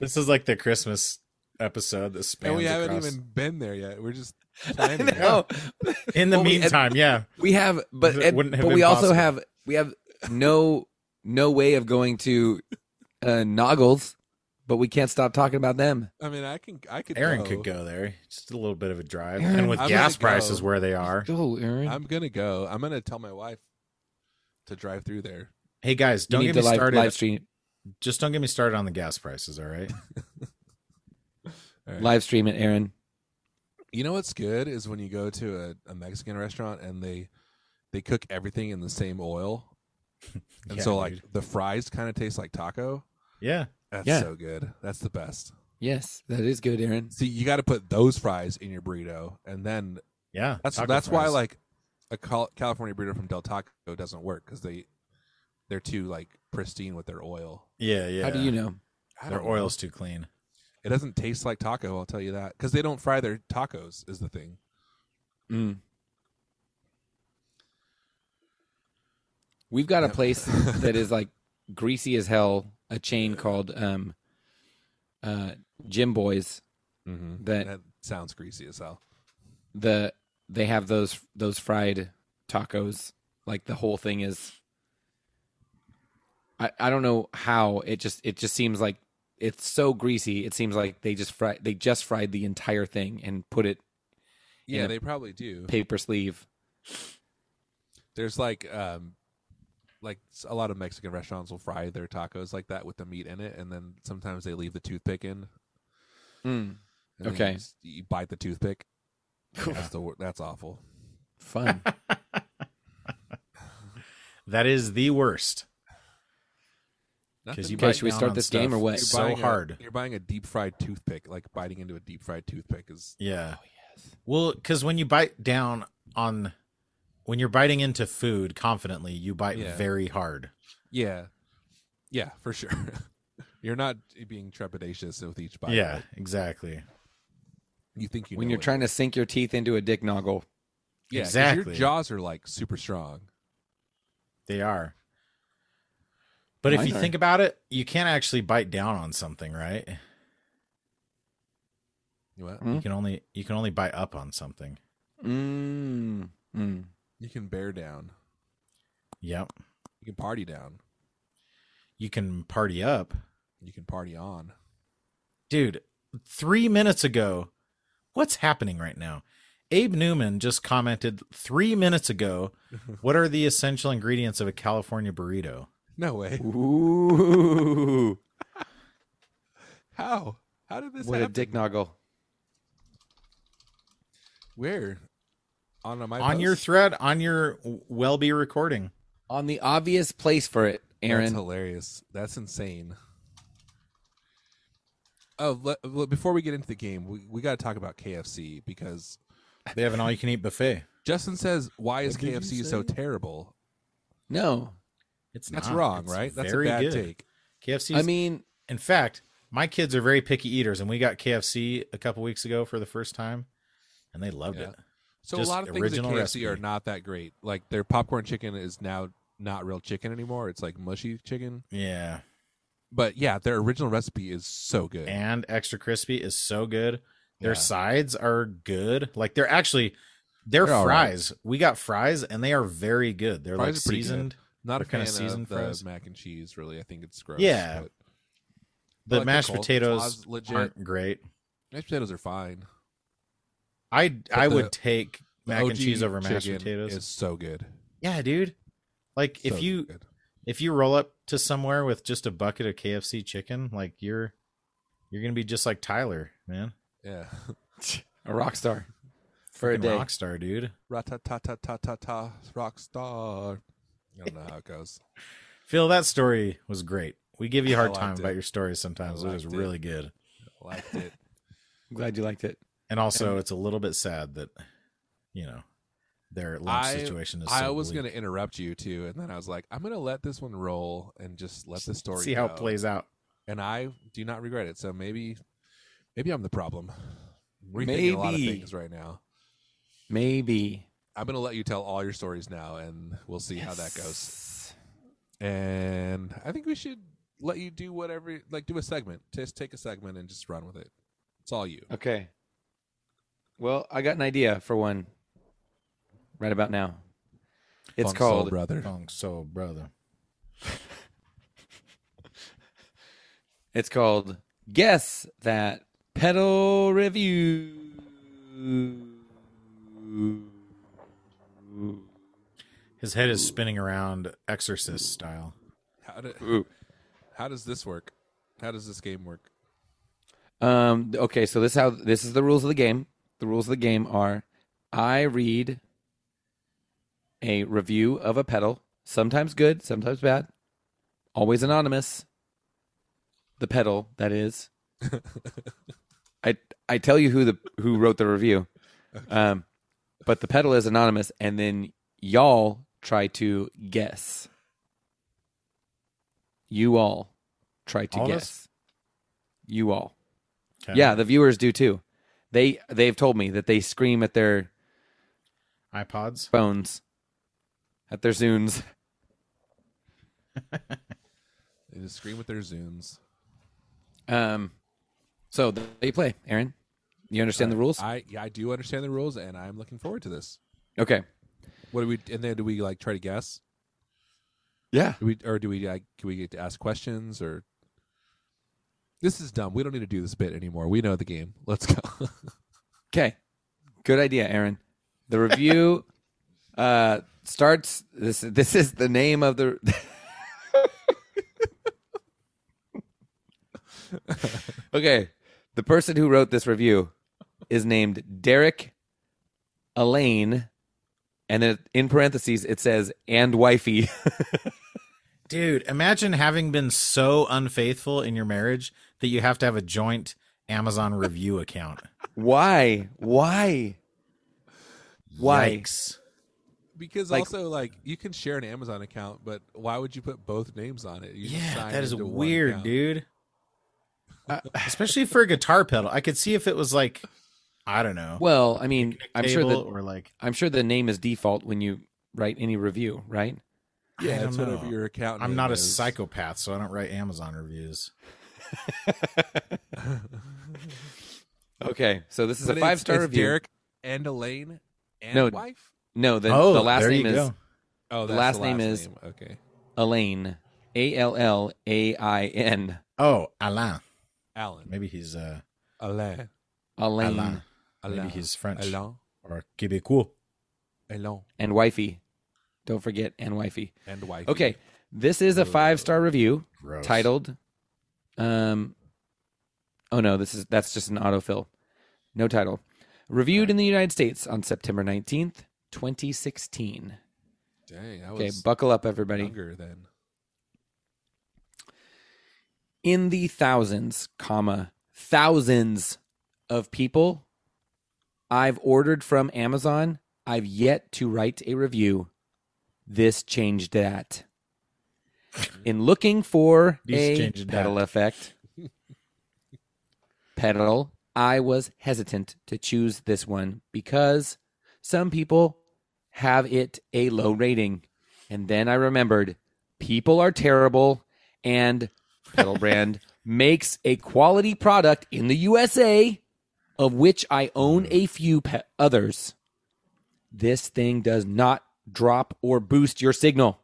Speaker 3: This is like the Christmas episode that spans.
Speaker 2: and we haven't
Speaker 3: across-
Speaker 2: even been there yet. We're just
Speaker 1: I
Speaker 2: planning. it.
Speaker 1: know.
Speaker 3: In the
Speaker 1: Well, we-
Speaker 3: meantime, yeah,
Speaker 1: We have, but
Speaker 3: It
Speaker 1: and-
Speaker 3: wouldn't have
Speaker 1: but
Speaker 3: been
Speaker 1: we also
Speaker 3: possible.
Speaker 1: have we have no no way of going to uh, Noggles, but we can't stop talking about them.
Speaker 2: I mean, I can, I could.
Speaker 3: Aaron
Speaker 2: go.
Speaker 3: could go there. Just a little bit of a drive,
Speaker 1: Aaron,
Speaker 3: and with
Speaker 2: I'm gonna
Speaker 3: gas
Speaker 2: go.
Speaker 3: prices where they are.
Speaker 1: Go, Aaron.
Speaker 2: I'm gonna go. I'm gonna tell my wife to drive through there.
Speaker 3: Hey guys,
Speaker 1: you
Speaker 3: don't
Speaker 1: need to
Speaker 3: get me
Speaker 1: live,
Speaker 3: started.
Speaker 1: live stream
Speaker 3: Just don't get me started on the gas prices. All right.
Speaker 2: All right.
Speaker 1: live stream it, Aaron.
Speaker 2: You know what's good is when you go to a, a Mexican restaurant and they they cook everything in the same oil, and
Speaker 3: Yeah,
Speaker 2: so like
Speaker 3: dude.
Speaker 2: the fries kind of taste like taco.
Speaker 3: Yeah.
Speaker 2: That's
Speaker 1: Yeah.
Speaker 2: so good. That's the best.
Speaker 1: Yes, that is good, Aaron.
Speaker 2: See, you got to put those fries in your burrito, and then
Speaker 3: Yeah.
Speaker 2: that's
Speaker 3: taco
Speaker 2: that's why
Speaker 3: fries.
Speaker 2: like a Cal- California burrito from Del Taco doesn't work because they they're too like pristine with their oil.
Speaker 3: Yeah, yeah.
Speaker 1: How do you know?
Speaker 2: I
Speaker 3: Their
Speaker 2: don't know.
Speaker 3: oil's too clean.
Speaker 2: It doesn't taste like taco. I'll tell you that because they don't fry their tacos. Is the thing.
Speaker 1: Mm. We've got a
Speaker 2: Yep.
Speaker 1: place that is like greasy as hell. A chain called um, uh, Jim Boys
Speaker 2: Mm-hmm.
Speaker 1: that
Speaker 2: That sounds greasy as hell.
Speaker 1: the they have those those fried tacos. Like the whole thing is. I, I don't know how it just it just seems like it's so greasy. It seems like they just fry they just fried the entire thing and put it
Speaker 2: Yeah,
Speaker 1: a-
Speaker 2: they probably do.
Speaker 1: paper sleeve.
Speaker 2: There's like um like s- a lot of Mexican restaurants will fry their tacos like that with the meat in it, and then sometimes they leave the toothpick in.
Speaker 1: Mm,
Speaker 2: and then you
Speaker 1: Okay.
Speaker 2: just- you, bite the toothpick.
Speaker 3: Cool.
Speaker 2: That's the wor- that's awful.
Speaker 1: fun.
Speaker 3: That is the worst.
Speaker 2: Nothing
Speaker 3: you
Speaker 2: bite-
Speaker 1: Okay, should we
Speaker 3: down
Speaker 1: start
Speaker 3: on
Speaker 1: this game or
Speaker 3: stuff.
Speaker 1: what?
Speaker 2: you're
Speaker 3: so
Speaker 2: buying a-
Speaker 3: hard.
Speaker 2: you're buying a deep fried toothpick. Like biting into a deep fried toothpick is
Speaker 3: Yeah.
Speaker 1: Oh,
Speaker 3: Well, because when you bite down on, when you're biting into food confidently, you bite
Speaker 2: Yeah.
Speaker 3: very hard.
Speaker 2: yeah, yeah for sure. you're not being trepidatious with each bite.
Speaker 3: yeah,
Speaker 2: right?
Speaker 3: exactly.
Speaker 2: you think you
Speaker 1: when
Speaker 2: know
Speaker 1: you're
Speaker 2: it.
Speaker 1: trying to sink your teeth into a dick noggle.
Speaker 2: yeah 'cause
Speaker 3: Exactly.
Speaker 2: Your jaws are like super strong.
Speaker 3: They are. But if
Speaker 1: Mine
Speaker 3: you
Speaker 1: are.
Speaker 3: think about it, you can't actually bite down on something, right?
Speaker 2: You know what?
Speaker 1: Mm.
Speaker 3: You can only you can only bite up on something.
Speaker 1: Mm. Mm.
Speaker 2: You can bear down.
Speaker 3: Yep.
Speaker 2: You can party down.
Speaker 3: You can party up.
Speaker 2: You can party on.
Speaker 3: dude, three minutes ago, what's happening right now? Abe Newman just commented three minutes ago, what are the essential ingredients of a California burrito?
Speaker 2: No way.
Speaker 1: Ooh.
Speaker 2: How? How did this
Speaker 1: what a
Speaker 2: happen?
Speaker 1: dick noggle.
Speaker 2: Where? On my
Speaker 3: on
Speaker 2: post?
Speaker 3: your thread, on your well be recording.
Speaker 1: On the obvious place for it,
Speaker 2: That's
Speaker 1: Aaron.
Speaker 2: hilarious. That's insane. Oh, le- le- before we get into the game, we, we got to talk about KFC because
Speaker 3: They have an all you can eat buffet.
Speaker 2: Justin says, "Why is
Speaker 3: What did you
Speaker 2: KFC so
Speaker 3: say?
Speaker 2: terrible?"
Speaker 1: No,
Speaker 3: It's
Speaker 2: That's
Speaker 3: not.
Speaker 2: wrong,
Speaker 3: It's
Speaker 2: right? That's a
Speaker 3: very
Speaker 2: bad
Speaker 3: good.
Speaker 2: take.
Speaker 3: KFC.
Speaker 1: I mean,
Speaker 3: in fact, my kids are very picky eaters, and we got KFC a couple weeks ago for the first time, and they loved
Speaker 2: Yeah.
Speaker 3: it.
Speaker 2: So
Speaker 3: Just
Speaker 2: a lot of things at
Speaker 3: original
Speaker 2: KFC are
Speaker 3: recipe.
Speaker 2: not that great. Like their popcorn chicken is now not real chicken anymore. It's like mushy chicken.
Speaker 3: Yeah.
Speaker 2: But yeah, their original recipe is so good.
Speaker 3: and extra crispy is so good. Their
Speaker 2: Yeah.
Speaker 3: sides are good. Like they're actually their
Speaker 2: They're all right.
Speaker 3: fries. We got fries and they are very good. They're
Speaker 2: Fries
Speaker 3: like
Speaker 2: are pretty good.
Speaker 3: seasoned.
Speaker 2: not a
Speaker 3: they're kinda
Speaker 2: fan
Speaker 3: seasoned
Speaker 2: of the
Speaker 3: fries.
Speaker 2: mac and cheese. Really, I think it's gross.
Speaker 3: Yeah.
Speaker 2: but-
Speaker 3: The
Speaker 2: like
Speaker 3: mashed
Speaker 2: cold
Speaker 3: potatoes
Speaker 2: claws, legit.
Speaker 3: aren't great.
Speaker 2: Mashed potatoes are fine.
Speaker 3: I I
Speaker 2: the-
Speaker 3: would take
Speaker 2: The
Speaker 3: mac and
Speaker 2: OG
Speaker 3: cheese over mashed
Speaker 2: chicken
Speaker 3: potatoes.
Speaker 2: Is so good.
Speaker 3: yeah, dude. Like
Speaker 2: So
Speaker 3: if you
Speaker 2: good.
Speaker 3: if you roll up to somewhere with just a bucket of KFC chicken, like you're you're gonna be just like Tyler, man.
Speaker 2: yeah,
Speaker 1: a rock star for a
Speaker 3: Fucking
Speaker 1: day.
Speaker 3: rock star, dude.
Speaker 2: ratatatatata rock star. I don't know how it goes.
Speaker 3: Phil, that story was great. We give you a
Speaker 2: I
Speaker 3: hard
Speaker 2: liked
Speaker 3: time
Speaker 2: it.
Speaker 3: about your stories sometimes. It was
Speaker 2: liked it.
Speaker 3: really good.
Speaker 2: Liked it.
Speaker 1: I'm glad you liked it.
Speaker 3: And also, it's a little bit sad that, you know, their lunch
Speaker 2: I-
Speaker 3: situation is.
Speaker 2: I
Speaker 3: so
Speaker 2: was
Speaker 3: bleak.
Speaker 2: going to interrupt you too, and then I was like, I'm going to let this one roll and just let the story
Speaker 3: see how
Speaker 2: go.
Speaker 3: it plays out.
Speaker 2: And I do not regret it. So maybe, maybe I'm the problem. Rethinking a lot of
Speaker 1: Maybe.
Speaker 2: things right now.
Speaker 1: Maybe
Speaker 2: I'm going to let you tell all your stories now, and we'll see how that goes.
Speaker 1: Yes.
Speaker 2: And I think we should let you do whatever, like do a segment. Just take a segment and just run with it. It's all you.
Speaker 1: Okay. Well, I got an idea for one. Right about now. It's
Speaker 2: Funk Soul
Speaker 1: called
Speaker 2: brother.
Speaker 3: Funk soul Oh, brother.
Speaker 1: It's called Guess That Pedal Review.
Speaker 3: His head is spinning around, exorcist style.
Speaker 2: How do,
Speaker 1: Ooh.
Speaker 2: how does this work? How does this game work?
Speaker 1: Um, okay, so this how this is the rules of the game. The rules of the game are: I read a review of a pedal, sometimes good, sometimes bad, always anonymous. The pedal that is. I I tell you who the who wrote the review, um, but the pedal is anonymous, and then y'all try to guess. You all try to
Speaker 3: All of us?
Speaker 1: guess. You all.
Speaker 3: Okay.
Speaker 1: Yeah, the viewers do too. They they've told me that they scream at their
Speaker 3: iPods.
Speaker 1: phones, at their Zunes.
Speaker 2: They just scream with their zooms.
Speaker 1: Um, so they play. Aaron, you understand the rules?
Speaker 2: Uh, I yeah, I do understand the rules, and I'm looking forward to this.
Speaker 1: okay.
Speaker 2: What do we? And then do we like try to guess?
Speaker 1: Yeah.
Speaker 2: Do we or do we like? Can we get to ask questions or? This is dumb. We don't need to do this bit anymore. We know the game. Let's go.
Speaker 1: Okay. Good idea, Aaron. The review uh, starts. This this is the name of the. okay, the person who wrote this review is named Derek Elaine, and then in parentheses it says "and wifey."
Speaker 3: Dude, imagine having been so unfaithful in your marriage that you have to have a joint Amazon review account.
Speaker 1: Why? Why? Why?
Speaker 3: Yikes.
Speaker 2: because
Speaker 1: Like-
Speaker 2: also like you can share an Amazon account, but why would you put both names on it? You just
Speaker 3: Yeah,
Speaker 2: sign
Speaker 3: that is
Speaker 2: into one
Speaker 3: weird,
Speaker 2: account.
Speaker 3: dude. Uh, Especially for a guitar pedal. I could see if it was like, I don't know.
Speaker 1: Well, I mean, I'm sure
Speaker 3: table
Speaker 1: that
Speaker 3: or like
Speaker 1: I'm sure the name is default when you write any review, right?
Speaker 3: I
Speaker 2: Yeah,
Speaker 3: don't
Speaker 2: it's whatever
Speaker 3: know.
Speaker 2: your account.
Speaker 3: I'm
Speaker 2: name
Speaker 3: not a
Speaker 2: is.
Speaker 3: psychopath, so I don't write Amazon reviews.
Speaker 1: Okay, so this is
Speaker 2: But
Speaker 1: a
Speaker 2: it's-
Speaker 1: five star
Speaker 2: it's
Speaker 1: review.
Speaker 2: Derek and Elaine and
Speaker 1: No,
Speaker 2: wife.
Speaker 1: No, the, the last name is
Speaker 2: Oh,
Speaker 1: the
Speaker 2: that's
Speaker 1: last name is-
Speaker 2: okay.
Speaker 1: Elaine. A L L A I N.
Speaker 3: Oh, Alain.
Speaker 2: Alan.
Speaker 3: Maybe he's uh,
Speaker 2: Alain.
Speaker 1: Elaine
Speaker 3: Alain. Maybe
Speaker 2: Alain.
Speaker 3: he's French
Speaker 2: Alain.
Speaker 3: or Quebecois.
Speaker 2: Alain.
Speaker 1: and wifey. Don't forget and wifey.
Speaker 2: and wife.
Speaker 1: Okay, this is a five star review
Speaker 3: Gross.
Speaker 1: titled. Um. Oh no, this is that's just an autofill. No title. Reviewed in the United States on September nineteenth, twenty sixteen.
Speaker 2: Dang, I was
Speaker 1: Okay, buckle up, everybody.
Speaker 2: younger then.
Speaker 1: in the thousands, comma, thousands of people I've ordered from Amazon. I've yet to write a review. This changed that. In looking for
Speaker 3: This
Speaker 1: a
Speaker 3: changed that.
Speaker 1: pedal effect, pedal, I was hesitant to choose this one because some people have it a low rating. And then I remembered people are terrible and Pedal Brand makes a quality product in the USA, of which I own a few pe- others. This thing does not drop or boost your signal.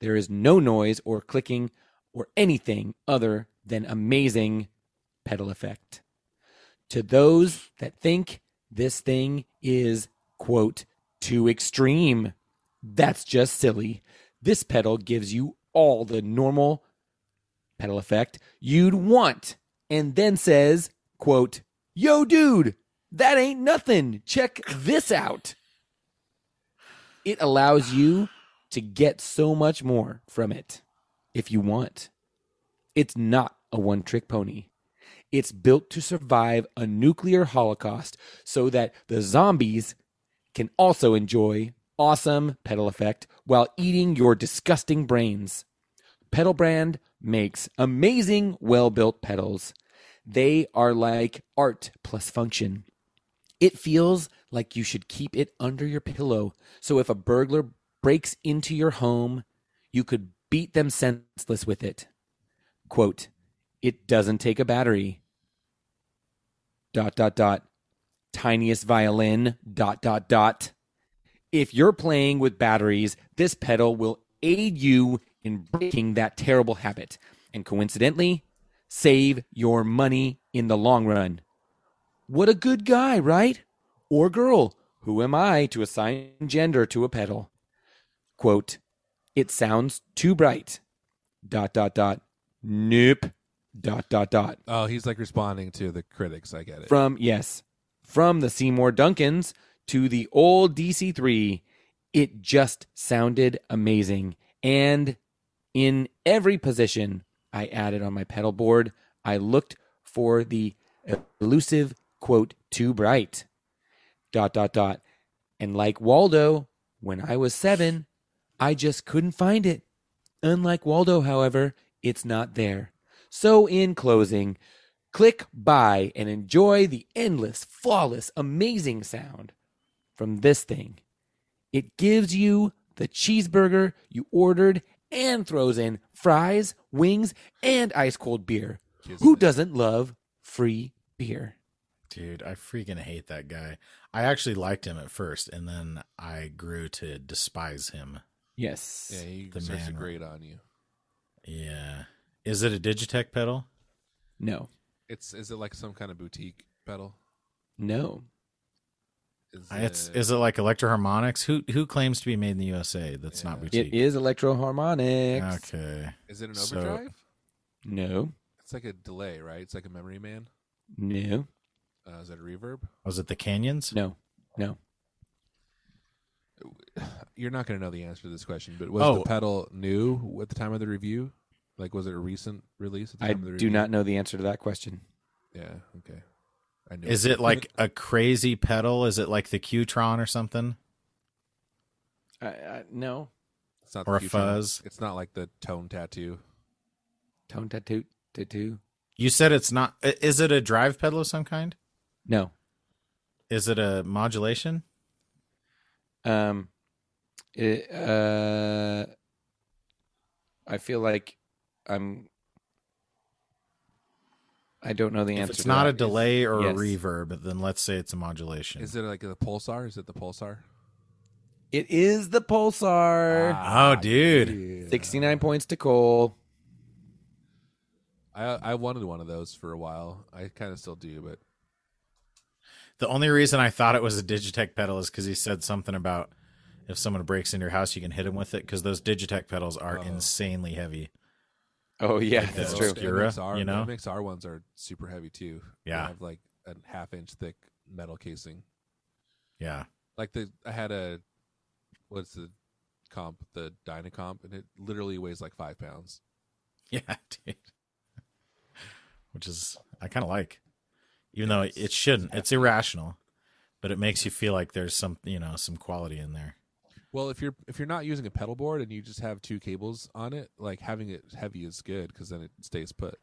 Speaker 1: There is no noise or clicking or anything other than amazing pedal effect. To those that think this thing is, quote, too extreme, that's just silly. This pedal gives you all the normal pedal effect you'd want and then says quote yo dude that ain't nothing check this out it allows you to get so much more from it if you want it's not a one trick pony it's built to survive a nuclear holocaust so that the zombies can also enjoy awesome pedal effect while eating your disgusting brains Pedal Brand makes amazing, well built pedals. They are like art plus function. It feels like you should keep it under your pillow. So if a burglar breaks into your home, you could beat them senseless with it. Quote, it doesn't take a battery. Dot, dot, dot. Tiniest violin. Dot, dot, dot. If you're playing with batteries, this pedal will aid you in breaking that terrible habit and coincidentally save your money in the long run. What a good guy, right? Or girl. Who am I to assign gender to a pedal? Quote, it sounds too bright. Dot, dot, dot. Nope. Dot, dot, dot.
Speaker 2: Oh, he's like responding to the critics. I get it.
Speaker 1: From yes, from the Seymour Duncans to the old DC3, it just sounded amazing. And in every position I added on my pedal board, I looked for the elusive quote too bright. Dot dot dot. And like Waldo, when I was 7, I just couldn't find it. Unlike Waldo, however, it's not there. So in closing, Click buy and enjoy the endless, flawless, amazing sound from this thing. It gives you the cheeseburger you ordered and throws in fries, wings, and ice cold beer. Who doesn't love free beer?
Speaker 3: Dude, I freaking hate that guy. I actually liked him at first, and then I grew to despise him.
Speaker 1: Yes.
Speaker 2: Yeah, he
Speaker 3: The
Speaker 2: starts to
Speaker 3: man.
Speaker 2: grade on you.
Speaker 3: Yeah. Is it a Digitech pedal?
Speaker 1: No.
Speaker 2: It's is it like some kind of boutique pedal?
Speaker 1: No.
Speaker 2: Is
Speaker 3: It's is it like Electro Harmonics? Who who claims to be made in the USA? That's not
Speaker 2: Yeah.
Speaker 3: boutique.
Speaker 1: It is Electro Harmonix.
Speaker 3: Okay.
Speaker 2: is it an
Speaker 3: so-
Speaker 2: overdrive?
Speaker 1: No.
Speaker 2: It's like a delay, right? It's like a memory man.
Speaker 1: No.
Speaker 2: Uh, is it a reverb?
Speaker 3: Was it the Canyons?
Speaker 1: No. No.
Speaker 2: You're not going to know the answer to this question, but was
Speaker 3: Oh.
Speaker 2: the pedal new at the time of the review? Like, was it a recent release? At the
Speaker 1: I
Speaker 2: time of the
Speaker 1: do
Speaker 2: review?
Speaker 1: not know the answer to that question.
Speaker 2: Yeah. Okay. I knew
Speaker 3: Is it like a crazy pedal? Is it like the Qtron or something?
Speaker 1: I, I, no.
Speaker 2: It's not
Speaker 3: or a
Speaker 2: Qtron.
Speaker 3: fuzz?
Speaker 2: It's not like the tone tattoo.
Speaker 1: Tone tattoo tattoo.
Speaker 3: You said it's not. i- Is it a drive pedal of some kind?
Speaker 1: No.
Speaker 3: Is it a modulation?
Speaker 1: Um, it, uh, I feel like I'm. I don't know the
Speaker 3: If
Speaker 1: answer.
Speaker 3: it's
Speaker 1: to
Speaker 3: not a
Speaker 1: that.
Speaker 3: delay or
Speaker 1: yes.
Speaker 3: a reverb, then let's say it's a modulation.
Speaker 2: Is it like the pulsar? Is it the pulsar?
Speaker 1: it is the pulsar.
Speaker 2: Ah,
Speaker 3: oh, dude.
Speaker 1: Sixty-nine points to Cole.
Speaker 2: I I wanted one of those for a while. I kind of still do, but
Speaker 3: The only reason I thought it was a Digitech pedal is because he said something about if someone breaks into your house, you can hit them with it because those Digitech pedals are
Speaker 2: Oh.
Speaker 3: insanely heavy.
Speaker 1: Oh yeah,
Speaker 3: Like
Speaker 1: that's
Speaker 3: those.
Speaker 1: true.
Speaker 3: Obscura,
Speaker 2: MXR,
Speaker 3: you know?
Speaker 2: the MXR ones are super heavy too.
Speaker 3: Yeah.
Speaker 2: they have like a half inch thick metal casing.
Speaker 3: Yeah.
Speaker 2: Like the I had a what's the comp the Dynacomp and it literally weighs like five pounds.
Speaker 3: Yeah, dude. which is I kind of like, even though it, it shouldn't. It's irrational, but it makes you feel like there's some you know some quality in there.
Speaker 2: Well, if you're if you're not using a pedal board and you just have two cables on it, like having it heavy is good because then it stays put.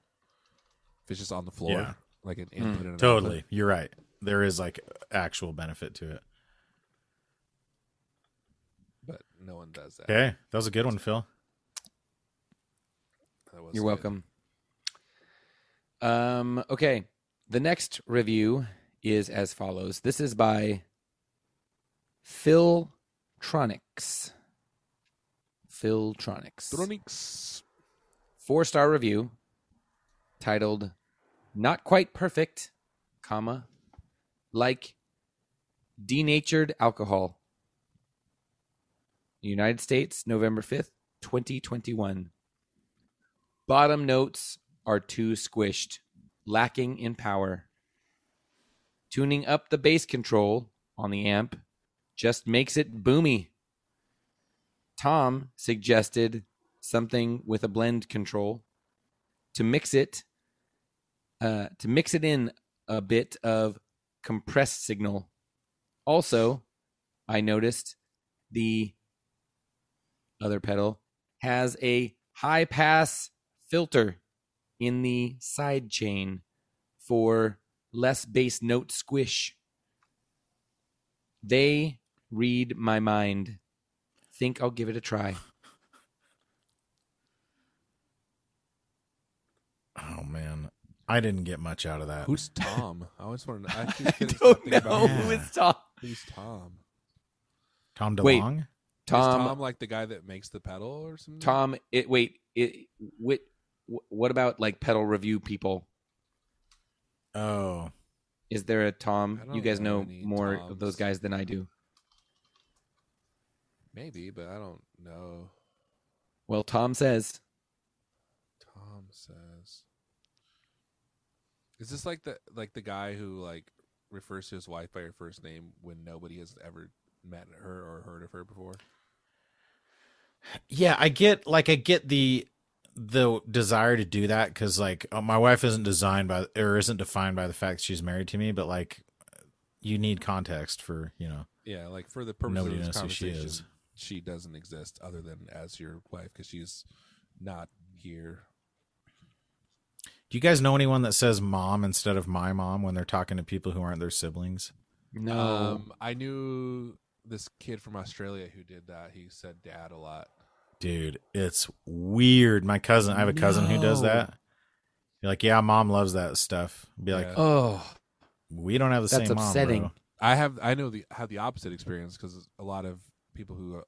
Speaker 2: If it's just on the floor,
Speaker 3: Yeah.
Speaker 2: like an
Speaker 1: Mm,
Speaker 2: input and an
Speaker 3: Totally,
Speaker 2: output.
Speaker 3: you're right. There is like actual benefit to it.
Speaker 2: but no one does that.
Speaker 3: Okay, that was a good one, Phil.
Speaker 2: That was
Speaker 1: You're
Speaker 2: good.
Speaker 1: welcome. Um, okay. The next review is as follows. This is by Philtronics. Philtronics.
Speaker 2: Thronics.
Speaker 1: Four star review titled Not Quite Perfect, comma, like denatured alcohol. United States, November 5th, 2021. Bottom notes are too squished, lacking in power. Tuning up the bass control on the amp just makes it boomy. Tom suggested something with a blend control to mix it uh, to mix it in a bit of compressed signal. Also, I noticed the other pedal has a high pass filter in the side chain for less bass note squish. They read my mind. Think I'll give it a try.
Speaker 3: Oh man, I didn't get much out of that.
Speaker 2: Who's Tom? I always wanted. To, I, keep
Speaker 1: I
Speaker 2: getting
Speaker 1: don't
Speaker 2: something about
Speaker 1: know
Speaker 2: him.
Speaker 1: who is Tom.
Speaker 2: Who's Tom?
Speaker 3: Tom DeLong?
Speaker 1: Wait.
Speaker 2: Is Tom
Speaker 1: Tom.
Speaker 2: like the guy that makes the pedal or something?
Speaker 1: Tom. It, wait. It. What? What about like pedal review people?
Speaker 3: Oh,
Speaker 1: Is there a
Speaker 2: I
Speaker 1: Tom?
Speaker 2: don't
Speaker 1: You guys
Speaker 2: know
Speaker 1: know,
Speaker 2: any
Speaker 1: more of
Speaker 2: Toms.
Speaker 1: those guys than I do.
Speaker 2: maybe, but I don't know.
Speaker 1: Well, Tom says
Speaker 2: Tom says, "Is this like the like the guy who like refers to his wife by her first name when nobody has ever met her or heard of her before?"
Speaker 3: yeah. I get like I get the the desire to do that because like uh, my wife isn't designed by or isn't defined by the fact that she's married to me, but like you need context for you know.
Speaker 2: Yeah, like for the purpose
Speaker 3: Nobody
Speaker 2: of this
Speaker 3: knows who she
Speaker 2: conversation,
Speaker 3: is.
Speaker 2: she doesn't exist other than as your wife because she's not here.
Speaker 3: Do you guys know anyone that says mom instead of my mom when they're talking to people who aren't their siblings?
Speaker 1: no.
Speaker 2: Um, I knew this kid from Australia who did that. He said "dad" a lot.
Speaker 3: Dude, it's weird. My cousin, I have a cousin who does
Speaker 1: No.
Speaker 3: that. You're like, yeah, mom loves that stuff. Be like,
Speaker 2: Yeah.
Speaker 1: oh,
Speaker 3: we don't have the
Speaker 1: That's
Speaker 3: same
Speaker 1: upsetting.
Speaker 3: mom.
Speaker 2: I have I know the have the opposite experience because a lot of people who uh,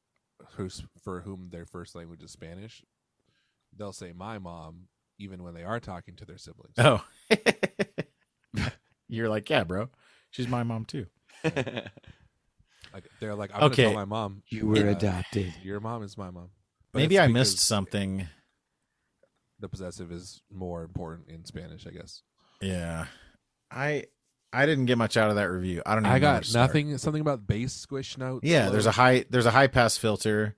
Speaker 2: who's for whom their first language is Spanish, they'll say my mom even when they are talking to their siblings.
Speaker 3: Bro. Oh, you're like, yeah, bro. She's my mom too.
Speaker 2: Like they're like, I'm
Speaker 3: Okay.
Speaker 2: gonna tell my mom
Speaker 1: you were
Speaker 2: uh,
Speaker 1: adopted.
Speaker 2: Your mom is my mom. But
Speaker 3: Maybe
Speaker 2: it's
Speaker 3: I missed
Speaker 2: because
Speaker 3: something.
Speaker 2: The possessive is more important in Spanish, I guess.
Speaker 3: Yeah, I I didn't get much out of that review. I don't. Even
Speaker 2: I
Speaker 3: know where to
Speaker 2: got
Speaker 3: start.
Speaker 2: nothing. Something about bass squish notes.
Speaker 3: Yeah, there's a
Speaker 2: low.
Speaker 3: high there's a high pass filter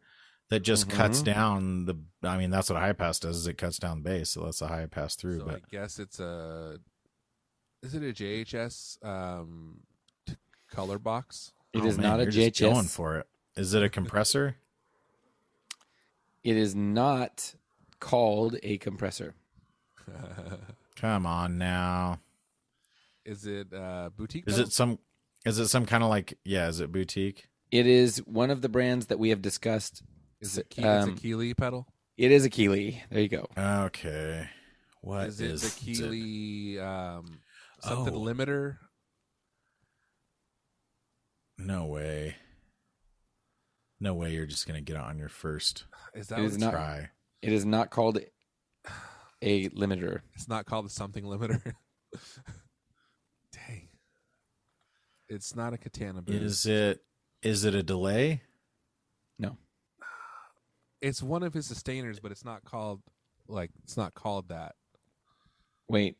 Speaker 3: that just cuts
Speaker 1: Mhm.
Speaker 3: down the. I mean, that's what a high pass does. Is it cuts down bass, so that's a high pass through.
Speaker 2: So
Speaker 3: but
Speaker 2: I guess it's a. Is it a JHS um, t- color box?
Speaker 1: It
Speaker 3: Oh,
Speaker 1: is
Speaker 3: man,
Speaker 1: not a
Speaker 3: you're just
Speaker 1: JHS.
Speaker 3: Going for it. Is it a compressor?
Speaker 1: It is not called a compressor.
Speaker 3: Come on now.
Speaker 2: Is it uh, boutique?
Speaker 3: Is
Speaker 2: pedal?
Speaker 3: it some? Is it some kind of like? Yeah. Is it boutique?
Speaker 1: It is one of the brands that we have discussed.
Speaker 2: Is it,
Speaker 1: s-
Speaker 2: Ke-
Speaker 1: um,
Speaker 2: it's a Keeley pedal?
Speaker 1: It is a Keeley. There you go.
Speaker 3: Okay. What
Speaker 2: Is
Speaker 3: is,
Speaker 2: it the
Speaker 3: it?
Speaker 2: Keeley um, something
Speaker 3: Oh.
Speaker 2: limiter?
Speaker 3: No way. No way. You're just gonna get it on your first
Speaker 2: Is that?
Speaker 1: It
Speaker 2: what
Speaker 1: is
Speaker 2: it's,
Speaker 1: not-
Speaker 3: try.
Speaker 1: It is not called a limiter.
Speaker 2: it's not called the something limiter. Dang. It's not a katana boost.
Speaker 3: Is it? Is it a delay?
Speaker 2: It's one of his sustainers, but it's not called like it's not called that.
Speaker 1: Wait.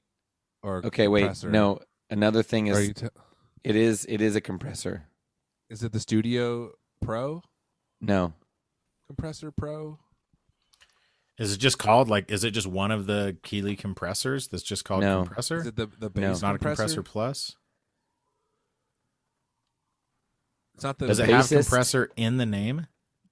Speaker 2: Or
Speaker 1: Okay. Wait.
Speaker 2: compressor.
Speaker 1: No. Another thing
Speaker 2: Are
Speaker 1: is
Speaker 2: you t-
Speaker 1: it is it is a compressor.
Speaker 2: is it the Studio Pro
Speaker 1: No.
Speaker 2: compressor Pro?
Speaker 3: Is it just called like? Is it just one of the Keeley compressors that's just called
Speaker 1: No.
Speaker 3: compressor?
Speaker 2: Is it the the base
Speaker 1: No.
Speaker 3: it's not a compressor plus.
Speaker 2: It's not the
Speaker 3: Does it
Speaker 2: base-
Speaker 3: have
Speaker 1: Bassist.
Speaker 3: compressor in the name?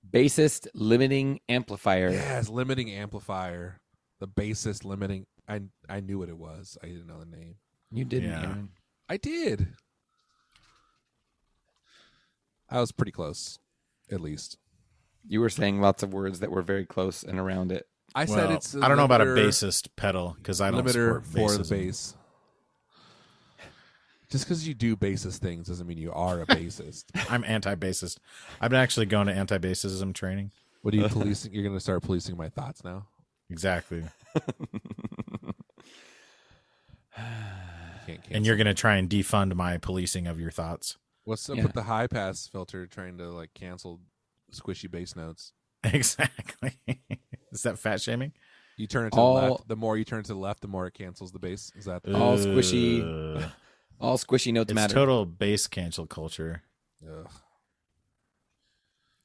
Speaker 1: Bassist limiting amplifier.
Speaker 2: Yeah, it's limiting amplifier. The bassist limiting. I I knew what it was. I didn't know the name.
Speaker 1: You didn't.
Speaker 3: Yeah.
Speaker 1: Aaron.
Speaker 2: I did. I was pretty close, at least.
Speaker 1: You were saying lots of words that were very close and around it.
Speaker 2: I said
Speaker 3: Well,
Speaker 2: it's. I
Speaker 3: I don't know about a bassist pedal because I don't
Speaker 2: limiter
Speaker 3: support
Speaker 2: for the
Speaker 3: bassism.
Speaker 2: bass. Just because you do bassist things doesn't mean you are a bassist.
Speaker 3: I'm anti-bassist. I've been actually going to anti-bassism training.
Speaker 2: what are you policing? You're going to start policing my thoughts now.
Speaker 3: Exactly.
Speaker 2: You can't cancel.
Speaker 3: And you're going to try and defund my policing of your thoughts.
Speaker 2: What's up
Speaker 1: Yeah.
Speaker 2: with the high pass filter trying to like cancel squishy bass notes?
Speaker 3: Exactly. Is that fat shaming?
Speaker 2: You turn it to the
Speaker 1: All-
Speaker 2: left. The more you turn it to the left, the more it cancels the bass. Is that the,
Speaker 1: All squishy
Speaker 3: Ugh.
Speaker 1: All squishy notes
Speaker 3: Uh, It's
Speaker 1: matter.
Speaker 3: total bass cancel culture.
Speaker 2: Ugh.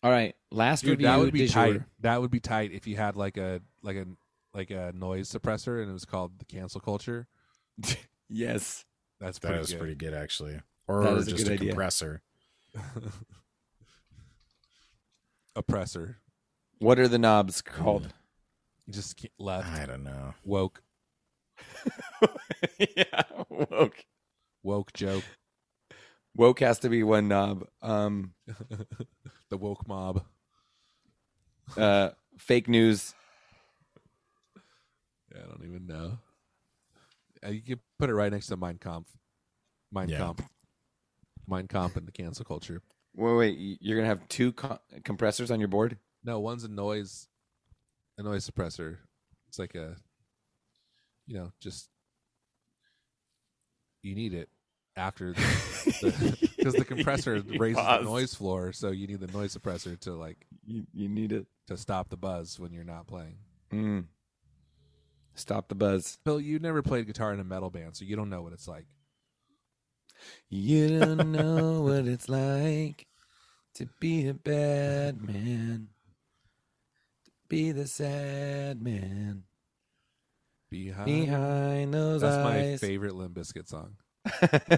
Speaker 1: All right, last
Speaker 2: dude?
Speaker 1: review.
Speaker 2: That would be
Speaker 1: du
Speaker 2: tight.
Speaker 1: jour.
Speaker 2: That would be tight if you had like a like a like a noise suppressor and it was called the cancel culture.
Speaker 1: Yes.
Speaker 2: That's
Speaker 3: That
Speaker 2: pretty
Speaker 3: is
Speaker 2: good.
Speaker 3: pretty good, actually. Or
Speaker 1: That is a
Speaker 3: just
Speaker 1: good
Speaker 3: a,
Speaker 1: idea.
Speaker 3: compressor.
Speaker 2: oppressor.
Speaker 1: What are the knobs called?
Speaker 2: You just can't- left
Speaker 3: I don't know.
Speaker 2: woke
Speaker 1: yeah, woke.
Speaker 2: woke joke.
Speaker 1: Woke has to be one knob. Um,
Speaker 2: the woke mob.
Speaker 1: uh, fake news.
Speaker 2: I don't even know. Uh, You could put it right next to Mein Kampf. Mein
Speaker 3: Yeah.
Speaker 2: Kampf. Mein Kampf and the cancel culture.
Speaker 1: Wait, wait. y- You're gonna have two co- compressors on your board.
Speaker 2: No, one's a noise, a noise suppressor. It's like a, you know, just you need it after the because the compressor
Speaker 1: He
Speaker 2: raises the
Speaker 1: paused.
Speaker 2: noise floor, so you need the noise suppressor to like
Speaker 1: You, you need it.
Speaker 2: to stop the buzz when you're not playing.
Speaker 1: Mm. Stop the buzz.
Speaker 2: Bill, you never played guitar in a metal band, so you don't know what it's like.
Speaker 1: You don't know what it's like to be a bad man, to be the sad man Uh,
Speaker 2: Behind,
Speaker 1: behind those
Speaker 2: that's my
Speaker 1: eyes.
Speaker 2: favorite Limp Bizkit song.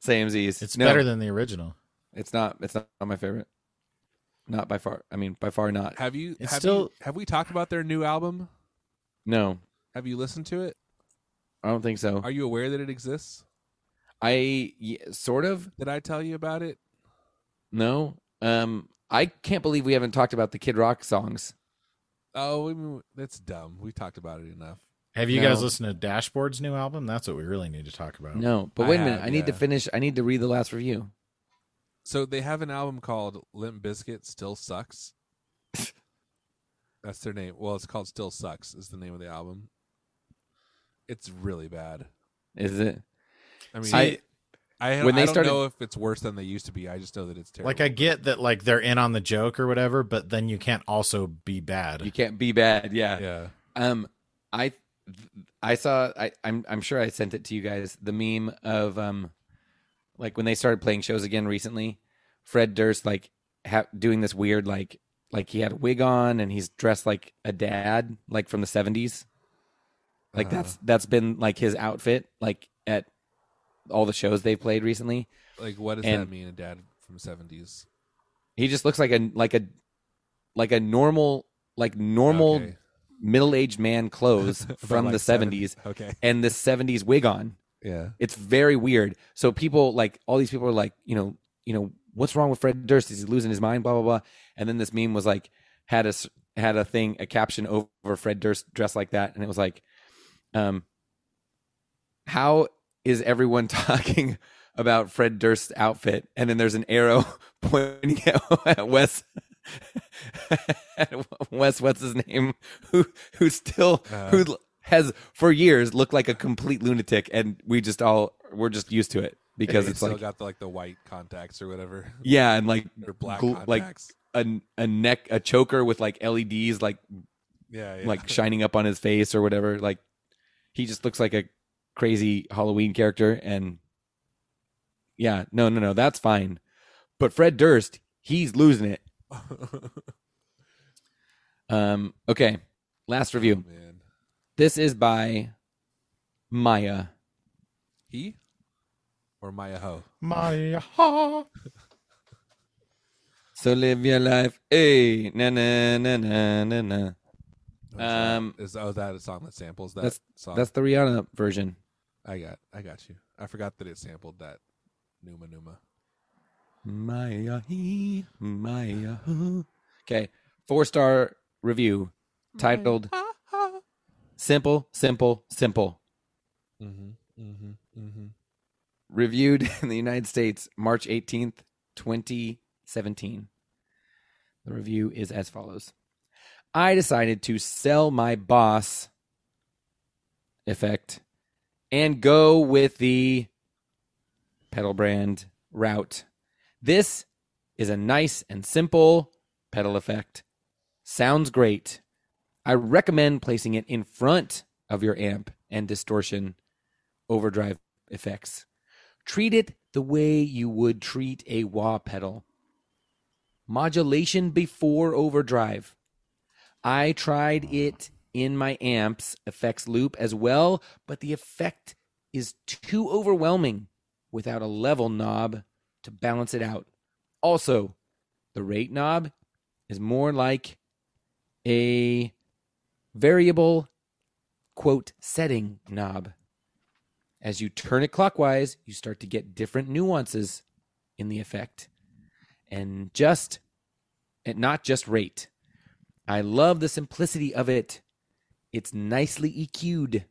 Speaker 1: Same Z's.
Speaker 3: It's better than the original.
Speaker 1: It's not. It's not my favorite. Not by far. I mean, by far not.
Speaker 2: Have you?
Speaker 3: It's
Speaker 2: have
Speaker 3: still-
Speaker 2: you, Have we talked about their new album?
Speaker 1: No,
Speaker 2: Have you listened to it?
Speaker 1: I don't think so.
Speaker 2: Are you aware that it exists?
Speaker 1: I yeah, sort of
Speaker 2: Did I tell you about it?
Speaker 1: no. Um, I can't believe we haven't talked about the Kid Rock songs.
Speaker 2: Oh, we, we- that's dumb. We talked about it enough.
Speaker 3: Have you
Speaker 1: No.
Speaker 3: guys listened to Dashboard's new album? That's what we really need to talk about.
Speaker 1: No, but
Speaker 2: I
Speaker 1: wait a minute.
Speaker 2: have,
Speaker 1: I need to
Speaker 2: yeah.
Speaker 1: finish. I need to read the last review.
Speaker 2: So they have an album called Limp Biscuit Still Sucks. that's their name. Well, it's called Still Sucks is the name of the album. It's really bad.
Speaker 1: Is it?
Speaker 2: I mean,
Speaker 1: I-
Speaker 2: I,
Speaker 1: when
Speaker 2: I
Speaker 1: they
Speaker 2: don't
Speaker 1: started-
Speaker 2: know if it's worse than they used to be. I just know that it's terrible.
Speaker 3: Like I get that like they're in on the joke or whatever, but then you can't also be bad.
Speaker 1: You can't be bad. Yeah.
Speaker 2: yeah.
Speaker 1: Um, I, I saw. I, I'm. I'm sure I sent it to you guys. The meme of um, like when they started playing shows again recently, Fred Durst like ha- doing this weird like like he had a wig on and he's dressed like a dad like from the 70s. Like
Speaker 2: Uh-huh.
Speaker 1: that's that's been like his outfit like at all the shows they've played recently.
Speaker 2: Like what does that
Speaker 1: and-
Speaker 2: mean? A dad from seventies.
Speaker 1: He just looks like a like a like a normal like normal middle-aged man clothes from the 70s
Speaker 2: Okay.
Speaker 1: and the 70s wig on.
Speaker 2: Yeah.
Speaker 1: It's very weird. So people like all these people are like, you know, you know, what's wrong with Fred Durst? Is he losing his mind? Blah blah blah. And then this meme was like had a s- had a thing a caption over Fred Durst dressed like that, and it was like, um, how is everyone talking about Fred Durst's outfit? And then there's an arrow pointing at Wes. at Wes, what's his name? Who who still
Speaker 2: Uh.
Speaker 1: who l- has for years looked like a complete lunatic, and we just all we're just used to it because
Speaker 2: They
Speaker 1: it's
Speaker 2: still
Speaker 1: like
Speaker 2: got the, like the white contacts or whatever.
Speaker 1: yeah, and like
Speaker 2: Or black
Speaker 1: gl- like
Speaker 2: contacts.
Speaker 1: a a neck a choker with like LEDs like
Speaker 2: yeah, yeah.
Speaker 1: like shining up on his face or whatever. Like he just looks like a crazy Halloween character. And yeah, no, no, no, that's
Speaker 2: Oh,
Speaker 1: fine. But Fred Durst, he's losing it. Um, okay, last review.
Speaker 2: man.
Speaker 1: This is by Maya.
Speaker 2: He or Maya Ho?
Speaker 3: My heart.
Speaker 1: So live your life. Hey, na na na na na na.
Speaker 2: Is that-
Speaker 1: Um,
Speaker 2: is oh is that a song that samples that
Speaker 1: that's-
Speaker 2: song?
Speaker 1: That's the Rihanna version.
Speaker 2: I got I got you. I forgot that it sampled that Numa Numa.
Speaker 1: Maya he, Maya. who. Okay, four star review titled "Simple, Simple, Simple."
Speaker 2: Mm-hmm. Mm-hmm. Mm-hmm.
Speaker 1: Reviewed in the United States, March eighteenth, twenty seventeen. The review is as follows: I decided to sell my boss effect and go with the pedal brand route. This is a nice and simple pedal effect. Sounds great. I recommend placing it in front of your amp and distortion overdrive effects. Treat it the way you would treat a wah pedal. Modulation before overdrive. I tried it in my amps effects loop as well, but the effect is too overwhelming without a level knob to balance it out. Also, the rate knob is more like a variable quote setting knob. As you turn it clockwise, you start to get different nuances in the effect. And just and not just rate. I love the simplicity of it. It's nicely EQ'd.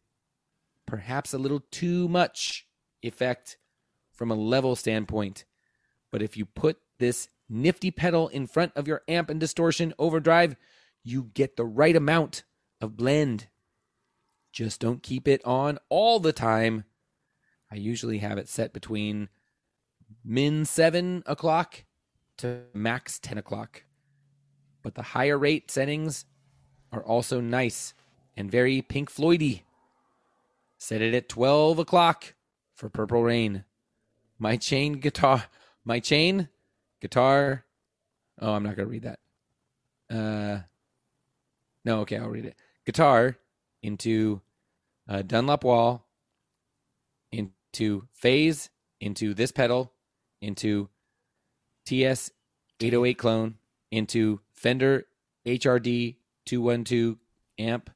Speaker 1: Perhaps a little too much effect from a level standpoint. But if you put this nifty pedal in front of your amp and distortion overdrive, you get the right amount of blend. Just don't keep it on all the time. I usually have it set between min 7 o'clock to max 10 o'clock. But the higher rate settings are also nice and very Pink Floydy. Set it at 12 o'clock for Purple Rain. My chain guitar, my chain guitar. Oh, I'm not going to read that. Uh, no, okay, I'll read it. Guitar into uh, Dunlop wall, into phase, into this pedal, into TS 808 clone, into Fender HRD 212 amp,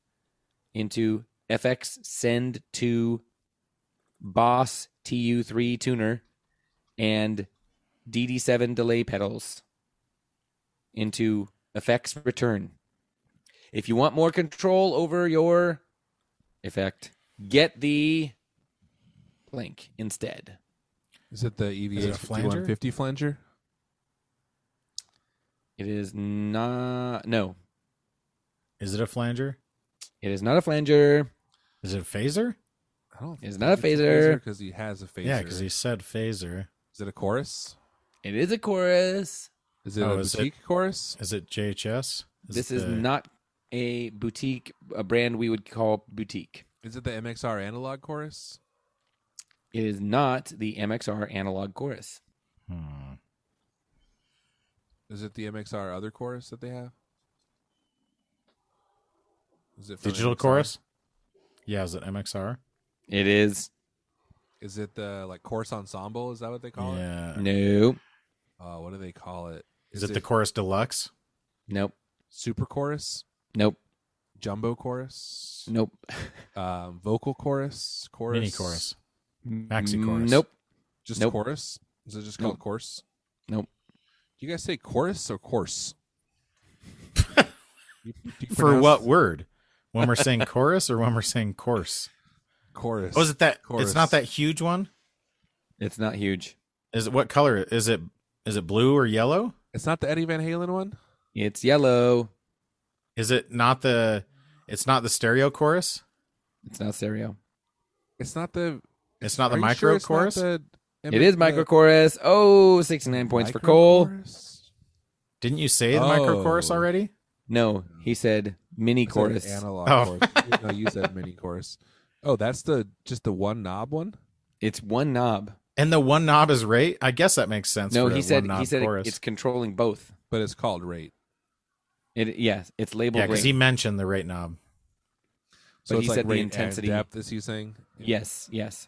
Speaker 1: into FX send to Boss TU3 tuner, and DD7 delay pedals into effects return. If you want more control over your effect, get the blank instead.
Speaker 2: Is it the E
Speaker 3: Is it
Speaker 2: EVH
Speaker 3: a flanger?
Speaker 2: 5150 flanger?
Speaker 1: It is not no.
Speaker 3: Is it a flanger?
Speaker 1: It is not a flanger.
Speaker 3: Is it a phaser?
Speaker 2: I don't.
Speaker 1: It's not a phaser.
Speaker 2: because he has a phaser.
Speaker 3: Yeah, because he said phaser.
Speaker 2: is it a chorus?
Speaker 1: It is a chorus.
Speaker 2: Is it
Speaker 3: Oh,
Speaker 2: a
Speaker 3: is it-
Speaker 2: boutique chorus?
Speaker 3: Is it JHS?
Speaker 1: this
Speaker 3: it
Speaker 1: is
Speaker 3: the-
Speaker 1: not a boutique, a brand we would call boutique.
Speaker 2: Is it the MXR analog chorus?
Speaker 1: It is not the MXR analog chorus.
Speaker 3: Hmm.
Speaker 2: Is it the MXR other chorus that they have? Is it from
Speaker 3: Digital
Speaker 2: MXR?
Speaker 3: chorus? Yeah, is it MXR?
Speaker 1: It is
Speaker 2: Is it the like chorus ensemble? Is that what they call it?
Speaker 3: yeah.
Speaker 1: no,
Speaker 2: Uh, what do they call it?
Speaker 3: Is, it, the chorus deluxe?
Speaker 1: nope,
Speaker 2: super chorus,
Speaker 1: nope,
Speaker 2: jumbo chorus,
Speaker 1: nope,
Speaker 2: um, vocal chorus, chorus,
Speaker 3: Mini chorus. Maxi chorus.
Speaker 1: Nope.
Speaker 2: just
Speaker 1: Nope.
Speaker 2: chorus? Is it just called
Speaker 1: Nope.
Speaker 2: chorus?
Speaker 1: Nope.
Speaker 2: Do you guys say chorus or course? You- do you
Speaker 3: For
Speaker 2: pronounce
Speaker 3: what word? When we're saying chorus or when we're saying course?
Speaker 2: chorus?
Speaker 3: Oh, is it that?
Speaker 2: Chorus.
Speaker 3: It's not that huge one.
Speaker 1: It's not huge.
Speaker 3: Is it what color? Is it? Is it blue or yellow?
Speaker 2: It's not the Eddie Van Halen one.
Speaker 1: It's yellow.
Speaker 3: Is it not the? It's not the stereo chorus.
Speaker 1: It's not stereo.
Speaker 2: It's not the.
Speaker 3: It's not
Speaker 2: are
Speaker 3: the
Speaker 2: you
Speaker 3: micro
Speaker 2: sure it's not
Speaker 3: chorus.
Speaker 2: the-
Speaker 1: It is
Speaker 2: the
Speaker 1: micro chorus. Oh, 69 points for
Speaker 2: micro
Speaker 1: Cole.
Speaker 2: chorus?
Speaker 3: Didn't you say the micro chorus
Speaker 2: Oh.
Speaker 3: already?
Speaker 1: No, he said mini
Speaker 2: I said
Speaker 1: chorus.
Speaker 2: Analog
Speaker 3: Oh.
Speaker 2: chorus. No, you said mini chorus. Oh, that's the just the one knob one.
Speaker 1: it's one knob.
Speaker 3: And the one knob is rate. I guess that makes sense.
Speaker 1: no,
Speaker 3: for
Speaker 1: he
Speaker 3: a
Speaker 1: said
Speaker 3: one knob
Speaker 1: he said it-
Speaker 3: chorus.
Speaker 1: it's controlling both.
Speaker 2: but it's called rate.
Speaker 1: It yes, it's labeled.
Speaker 3: Yeah, because
Speaker 1: rate.
Speaker 3: he mentioned the rate knob.
Speaker 2: So
Speaker 1: But
Speaker 2: it's
Speaker 1: he
Speaker 2: like
Speaker 1: said the
Speaker 2: rate and
Speaker 1: intensity-
Speaker 2: depth is he saying?
Speaker 1: yes, yes.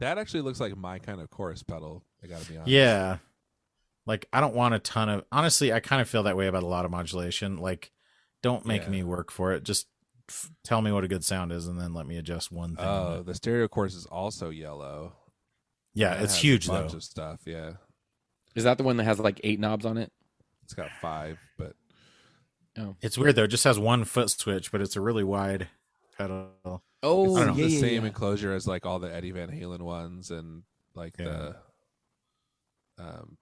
Speaker 2: That actually looks like my kind of chorus pedal. I gotta be honest.
Speaker 3: Yeah. Like I don't want a ton of honestly, I kind of feel that way about a lot of modulation. Like, don't make
Speaker 2: Yeah.
Speaker 3: me work for it. Just f- tell me what a good sound is, and then let me adjust one thing. on
Speaker 2: Oh,
Speaker 3: it.
Speaker 2: the stereo course is also yellow.
Speaker 3: yeah,
Speaker 2: That
Speaker 3: it's
Speaker 2: has
Speaker 3: huge
Speaker 2: a bunch
Speaker 3: though.
Speaker 2: Of stuff. Yeah,
Speaker 1: Is that the one that has like eight knobs on it?
Speaker 2: it's got five, but
Speaker 3: It's weird though. It just has one foot switch, but it's a really wide pedal.
Speaker 1: Oh,
Speaker 2: it's
Speaker 3: I
Speaker 2: not
Speaker 3: don't know.
Speaker 2: the same enclosure as like all the Eddie Van Halen ones and like
Speaker 3: Yeah.
Speaker 2: the um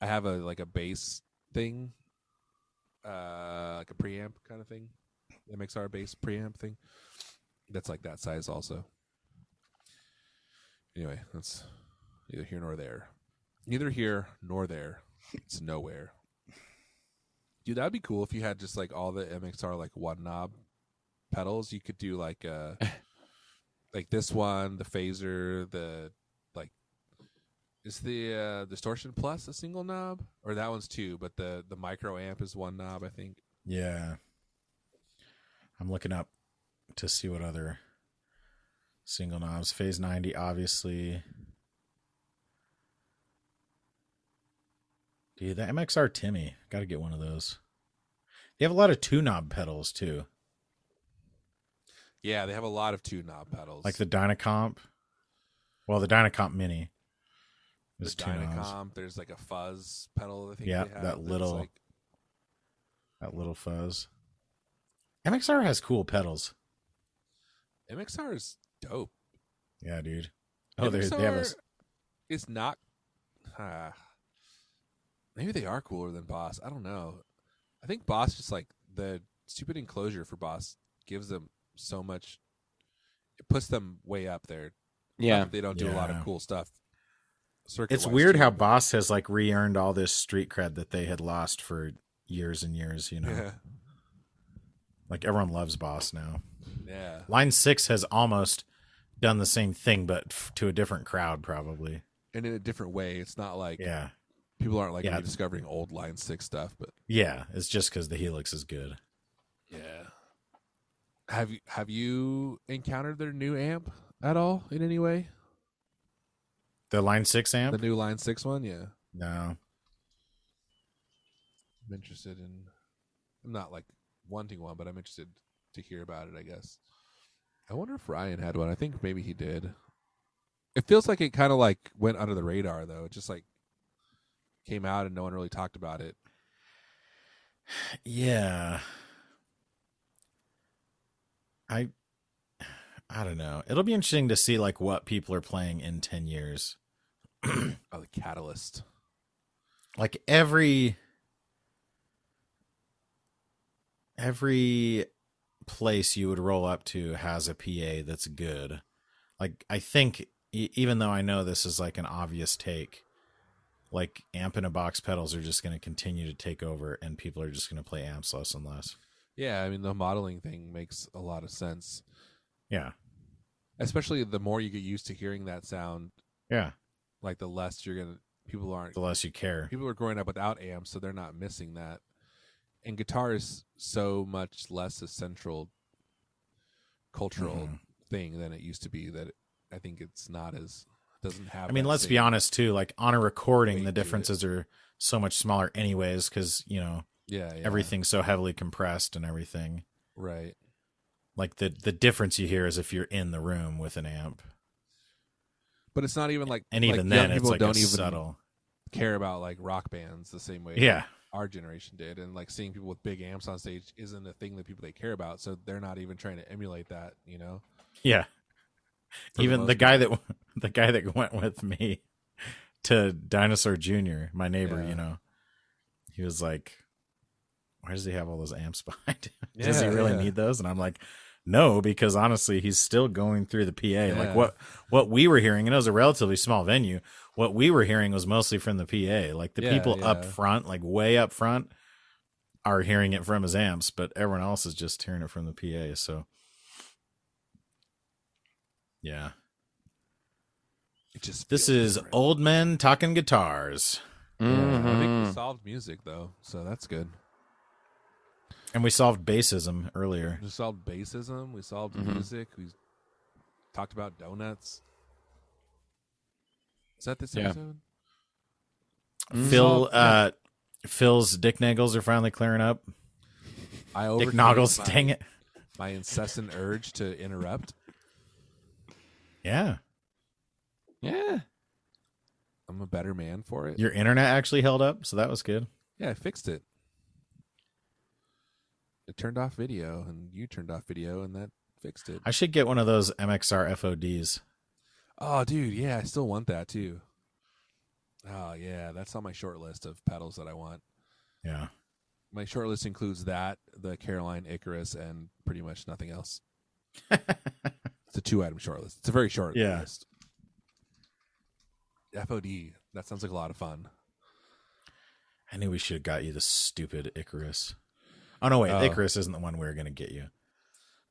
Speaker 2: I have a like a bass thing uh like a preamp kind of thing MXR bass preamp thing that's like that size also anyway that's neither here nor there neither here nor there it's nowhere dude that'd be cool if you had just like all the MXR like one knob pedals you could do like uh like this one, the phaser, the like is the uh, distortion plus a single knob or that one's two, but the the micro amp is one knob, I think.
Speaker 3: Yeah. I'm looking up to see what other single knobs. Phase 90, obviously. Dude, the MXR Timmy. Got to get one of those. They have a lot of two knob pedals too,
Speaker 2: Yeah, they have a lot of two knob pedals.
Speaker 3: like the Dynacomp. Well, the Dynacomp Mini
Speaker 2: the
Speaker 3: is two knobs.
Speaker 2: Dynacomp, there's like a fuzz pedal I think
Speaker 3: Yeah,
Speaker 2: they have
Speaker 3: that
Speaker 2: that's,
Speaker 3: little-
Speaker 2: like,
Speaker 3: That little fuzz. MXR has cool pedals.
Speaker 2: MXR is dope.
Speaker 3: Yeah, dude. Oh, they they have a s-
Speaker 2: MXR It's not ah. Maybe they are cooler than Boss. I don't know. I think Boss just like the stupid enclosure for Boss gives them so much it puts them way up there Not
Speaker 1: Yeah,
Speaker 2: that they don't do a lot of
Speaker 3: Yeah.
Speaker 2: cool stuff.
Speaker 3: It's
Speaker 2: circuit-wise,
Speaker 3: weird
Speaker 2: too,
Speaker 3: how
Speaker 2: but-
Speaker 3: Boss has like re-earned all this street cred that they had lost for years and years. You know,
Speaker 2: Yeah,
Speaker 3: like everyone loves Boss now.
Speaker 2: yeah.
Speaker 3: Line Six has almost done the same thing, but f- to a different crowd, probably.
Speaker 2: And in a different way, it's not like
Speaker 3: Yeah,
Speaker 2: people aren't like
Speaker 3: Yeah.
Speaker 2: rediscovering old Line Six stuff, but
Speaker 3: yeah. It's just because the Helix is good.
Speaker 2: yeah. Have you have you encountered their new amp at all in any way?
Speaker 3: The Line Six amp.
Speaker 2: The new Line Six one, yeah.
Speaker 3: no,
Speaker 2: I'm interested in. I'm not like wanting one, but I'm interested to hear about it. I guess. I wonder if Ryan had one. I think maybe he did. It feels like it kind of like went under the radar though. It just like came out and no one really talked about it.
Speaker 3: yeah. I, I don't know. It'll be interesting to see like what people are playing in ten years.
Speaker 2: Oh, the catalyst.
Speaker 3: like every every place you would roll up to has a PA that's good. Like I think e- even though I know this is like an obvious take, like amp in a box pedals are just going to continue to take over and people are just going to play amps less and less.
Speaker 2: Yeah, I mean the modeling thing makes a lot of sense,
Speaker 3: Yeah.
Speaker 2: especially the more you get used to hearing that sound,
Speaker 3: Yeah.
Speaker 2: like the less you're gonna people aren't
Speaker 3: The less you care.
Speaker 2: people are growing up without amps, so they're not missing that. And guitar is so much less a central cultural
Speaker 3: Mhm.
Speaker 2: thing than it used to be. That I think it's not as doesn't have.
Speaker 3: I mean,
Speaker 2: that
Speaker 3: let's be
Speaker 2: same-
Speaker 3: honest too, like on a
Speaker 2: Way
Speaker 3: recording
Speaker 2: to
Speaker 3: the
Speaker 2: do it.
Speaker 3: differences are so much smaller anyways cuz, you know,
Speaker 2: Yeah, yeah,
Speaker 3: everything's so heavily compressed and everything.
Speaker 2: Right.
Speaker 3: like the the difference you hear is if you're in the room with an amp
Speaker 2: But it's not even like
Speaker 3: and
Speaker 2: like,
Speaker 3: even
Speaker 2: young
Speaker 3: then it's
Speaker 2: people
Speaker 3: like
Speaker 2: don't
Speaker 3: don't
Speaker 2: even
Speaker 3: subtle
Speaker 2: care about like rock bands the same way.
Speaker 3: yeah
Speaker 2: our generation did and like seeing people with big amps on stage isn't a thing that people they care about so they're not even trying to emulate that you know
Speaker 3: yeah
Speaker 2: For
Speaker 3: even the,
Speaker 2: most
Speaker 3: guy that the guy that went with me to dinosaur junior my neighbor
Speaker 2: Yeah.
Speaker 3: you know he was like why does he have all those amps behind him
Speaker 2: part.
Speaker 3: does he
Speaker 2: Yeah,
Speaker 3: really
Speaker 2: yeah.
Speaker 3: need those and i'm like no because honestly he's still going through the pa
Speaker 2: Yeah.
Speaker 3: like what what we were hearing and it was a relatively small venue what we were hearing was mostly from the pa like the
Speaker 2: Yeah,
Speaker 3: people up
Speaker 2: yeah.
Speaker 3: front like way up front are hearing it from his amps but everyone else is just hearing it from the pa so yeah
Speaker 2: it just
Speaker 3: this
Speaker 2: feels
Speaker 3: is
Speaker 2: different.
Speaker 3: old men talking guitars
Speaker 2: Yeah, i think we
Speaker 1: Mhm.
Speaker 2: solved music though so that's good
Speaker 3: And we solved bassism earlier.
Speaker 2: We solved bassism. We solved
Speaker 3: Mm-hmm.
Speaker 1: Mhm.
Speaker 2: music. We talked about donuts. Is that this
Speaker 1: Yeah.
Speaker 2: episode?
Speaker 1: Mm.
Speaker 3: Phil,
Speaker 2: Mm-hmm. Solved-
Speaker 3: uh, Phil's dick naggles are finally clearing up.
Speaker 2: I
Speaker 3: Dick
Speaker 2: overcame
Speaker 3: noggles,
Speaker 2: my-
Speaker 3: dang it!
Speaker 2: My incessant urge to interrupt.
Speaker 3: Yeah,
Speaker 1: Yeah.
Speaker 2: I'm a better man for it.
Speaker 3: your internet actually held up, so that was good.
Speaker 2: Yeah, I fixed it. It turned off video, and you turned off video, and that fixed it.
Speaker 3: I should get one of those MXR FODs.
Speaker 2: Oh, dude, yeah, I still want that too. Oh, yeah, that's on my short list of pedals that I want.
Speaker 3: Yeah,
Speaker 2: My short list includes that, the Caroline Icarus, and pretty much nothing else. It's a two-item short list. It's a very short
Speaker 3: Yeah.
Speaker 2: list. FOD. That sounds like a lot of fun.
Speaker 3: I knew we should have got you the stupid Icarus. Oh no, wait,
Speaker 2: Oh.
Speaker 3: Icarus isn't the one we were gonna get you.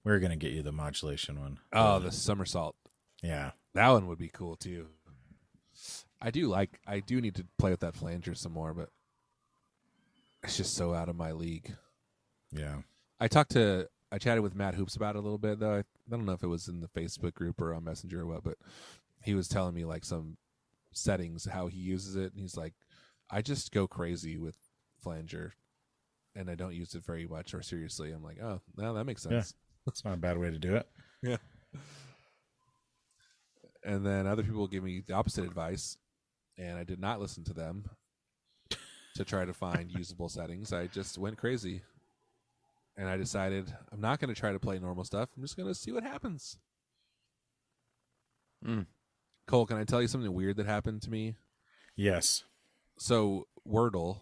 Speaker 3: We were gonna get you the modulation one.
Speaker 2: Oh, the somersault.
Speaker 3: yeah.
Speaker 2: That one would be cool too. I do like. I do need to play with that flanger some more, but it's just so out of my league.
Speaker 3: Yeah.
Speaker 2: I talked to I chatted with Matt Hoops about it a little bit though. I, I don't know if it was in the Facebook group or on Messenger or what, but he was telling me like some settings how he uses it, and he's like, I just go crazy with flanger, and I don't use it very much or seriously. I'm like, oh, no, that makes
Speaker 3: Yeah.
Speaker 2: sense.
Speaker 3: That's not a bad way to do it.
Speaker 2: And then other people give me the opposite advice, and I did not listen to them to try to find usable settings. I just went crazy. And I decided I'm not going to try to play normal stuff. I'm just going to see what happens. Hmm.
Speaker 1: Mm.
Speaker 2: Cole, can I tell you something weird that happened to me?
Speaker 3: Yes.
Speaker 2: So, Wordle,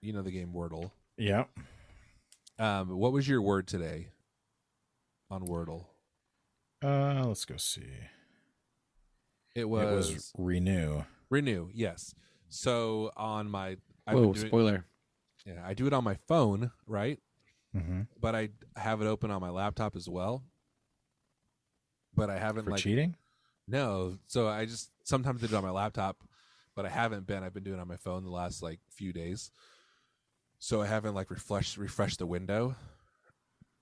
Speaker 2: you know the game Wordle.
Speaker 3: Yeah.
Speaker 2: Um, what was your word today on Wordle?
Speaker 3: Uh let's go see.
Speaker 2: It was,
Speaker 3: it was renew.
Speaker 2: renew. Yes. So on my I've been
Speaker 1: Whoa,
Speaker 2: doing-
Speaker 1: spoiler.
Speaker 2: yeah, I do it on my phone, right?
Speaker 3: Mm-hmm.
Speaker 2: but I have it open on my laptop as well. But I haven't
Speaker 3: For
Speaker 2: like
Speaker 3: cheating?
Speaker 2: no, so I just sometimes I do it on my laptop, but I haven't been. I've been doing it on my phone the last like few days, so I haven't like refresh refreshed the window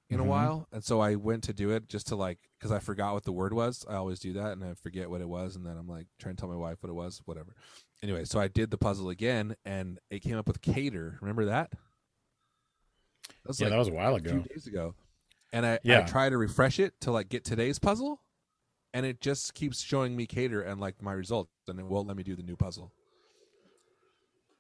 Speaker 2: in
Speaker 3: Mhm.
Speaker 2: a while. And so I went to do it just to like because I forgot what the word was. I always do that, and I forget what it was, and then I'm like trying to tell my wife what it was, whatever. Anyway, so I did the puzzle again, and it came up with cater. Remember that? That was
Speaker 3: yeah,
Speaker 2: like
Speaker 3: that was a while
Speaker 2: a few
Speaker 3: ago.
Speaker 2: days ago, and I, I
Speaker 3: Yeah.
Speaker 2: try to refresh it to like get today's puzzle, and it just keeps showing me cater and like my results, and it won't let me do the new puzzle.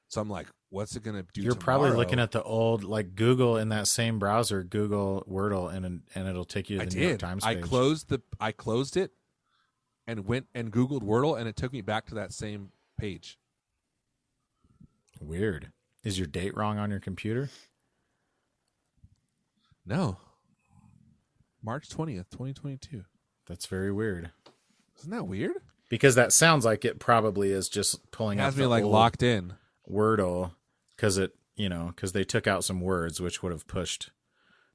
Speaker 2: So I'm like, what's it gonna do?
Speaker 3: You're probably
Speaker 2: tomorrow?
Speaker 3: looking at the old like Google in that same browser, Google Wordle, and and it'll take you to
Speaker 2: I
Speaker 3: the New York
Speaker 2: did.
Speaker 3: Times
Speaker 2: I
Speaker 3: page.
Speaker 2: closed the. I closed it, and went and Googled Wordle, and it took me back to that same page.
Speaker 3: Weird. Is your date wrong on your computer?
Speaker 2: No. March twentieth, twenty twenty two.
Speaker 3: That's very weird.
Speaker 2: Isn't that weird?
Speaker 3: Because that sounds like it probably is just
Speaker 2: It
Speaker 3: pulling out
Speaker 2: has me
Speaker 3: the
Speaker 2: like
Speaker 3: old
Speaker 2: locked in.
Speaker 3: Wordle because it you know because they took out some words which would have pushed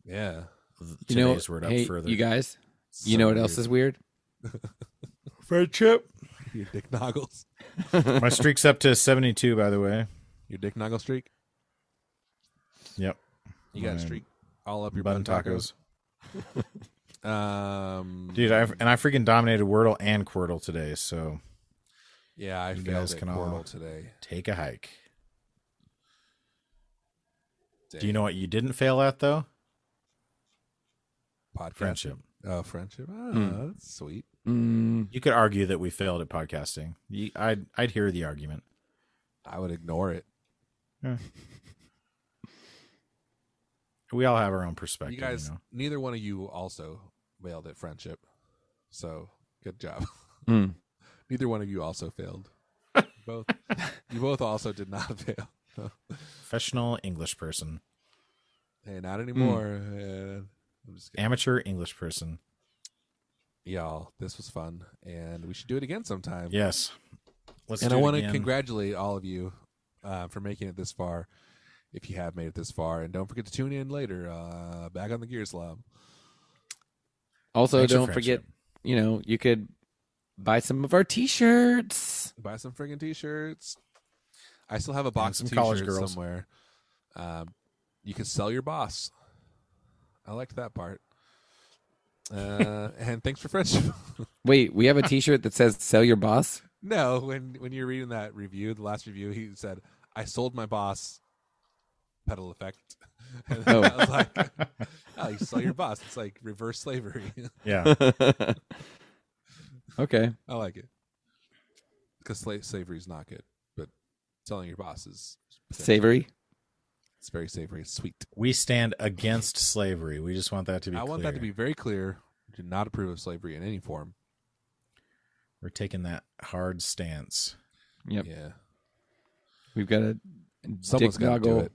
Speaker 2: Yeah.
Speaker 3: th-
Speaker 1: You know,
Speaker 3: today's word up
Speaker 1: hey,
Speaker 3: further.
Speaker 1: you guys, you know what else is weird?
Speaker 3: Fred Chip.
Speaker 2: your dick noggles?
Speaker 3: My streak's up to seventy two. By the way,
Speaker 2: Your dick noggle streak.
Speaker 3: yep.
Speaker 2: You got a
Speaker 3: Right.
Speaker 2: streak all up your bun
Speaker 3: Bun tacos,
Speaker 2: tacos. Um,
Speaker 3: dude. I and I freaking dominated Wordle and Quirtle today. So
Speaker 2: yeah, I
Speaker 3: you
Speaker 2: failed
Speaker 3: guys
Speaker 2: at
Speaker 3: can all-
Speaker 2: Portal today.
Speaker 3: take a hike.
Speaker 2: Dang.
Speaker 3: Do you know what you didn't fail at though?
Speaker 2: podcast?
Speaker 3: Friendship.
Speaker 2: Oh, friendship. Oh,
Speaker 1: Hmm.
Speaker 2: that's sweet.
Speaker 1: Mm,
Speaker 3: You could argue that we failed at podcasting. You, I'd I'd hear the argument.
Speaker 2: I would ignore it.
Speaker 3: We all have our own perspective.
Speaker 2: You guys,
Speaker 3: you know?
Speaker 2: neither one of you also failed at friendship. So good job.
Speaker 1: mm.
Speaker 2: neither one of you also failed. both. You both also did not fail.
Speaker 3: professional English person,
Speaker 2: Hey, not anymore. Uh, I'm just kidding.
Speaker 3: amateur English person.
Speaker 2: Y'all, this was fun, and we should do it again sometime.
Speaker 3: Yes. Let's
Speaker 2: and
Speaker 3: do
Speaker 2: I
Speaker 3: it
Speaker 2: want to
Speaker 3: again.
Speaker 2: congratulate all of you uh, for making it this far. If you have made it this far, and don't forget to tune in later, uh, back on the Gear Slob.
Speaker 1: Also,
Speaker 3: Thanks for
Speaker 1: don't
Speaker 3: friendship.
Speaker 1: forget, you know, you could buy some of our T-shirts.
Speaker 2: Buy some friggin' t-shirts. I still have a box
Speaker 3: some
Speaker 2: of
Speaker 3: college
Speaker 2: t-shirts
Speaker 3: girls.
Speaker 2: somewhere. Um, you can sell your boss. I liked that part. Uh, and thanks for friendship.
Speaker 1: Wait, we have a T-shirt that says "Sell Your Boss."
Speaker 2: no, when when you're reading that review, the last review, he said, "I sold my boss." Pedal effect. And
Speaker 1: Oh.
Speaker 2: I was like, "Oh, you sell your boss." It's like reverse slavery.
Speaker 3: Yeah.
Speaker 1: okay.
Speaker 2: I like it because sla- slavery is not good, but selling your boss is
Speaker 1: Savory.
Speaker 2: It's very savory. It's sweet.
Speaker 3: we stand against slavery. We just want that to be
Speaker 2: I want that to
Speaker 3: clear.
Speaker 2: be very clear. I do not approve of slavery in any form.
Speaker 3: We're taking that hard stance.
Speaker 1: Yep.
Speaker 2: Yeah.
Speaker 1: We've got a
Speaker 2: Someone's
Speaker 1: dick
Speaker 2: got to do
Speaker 1: doggle.
Speaker 2: it.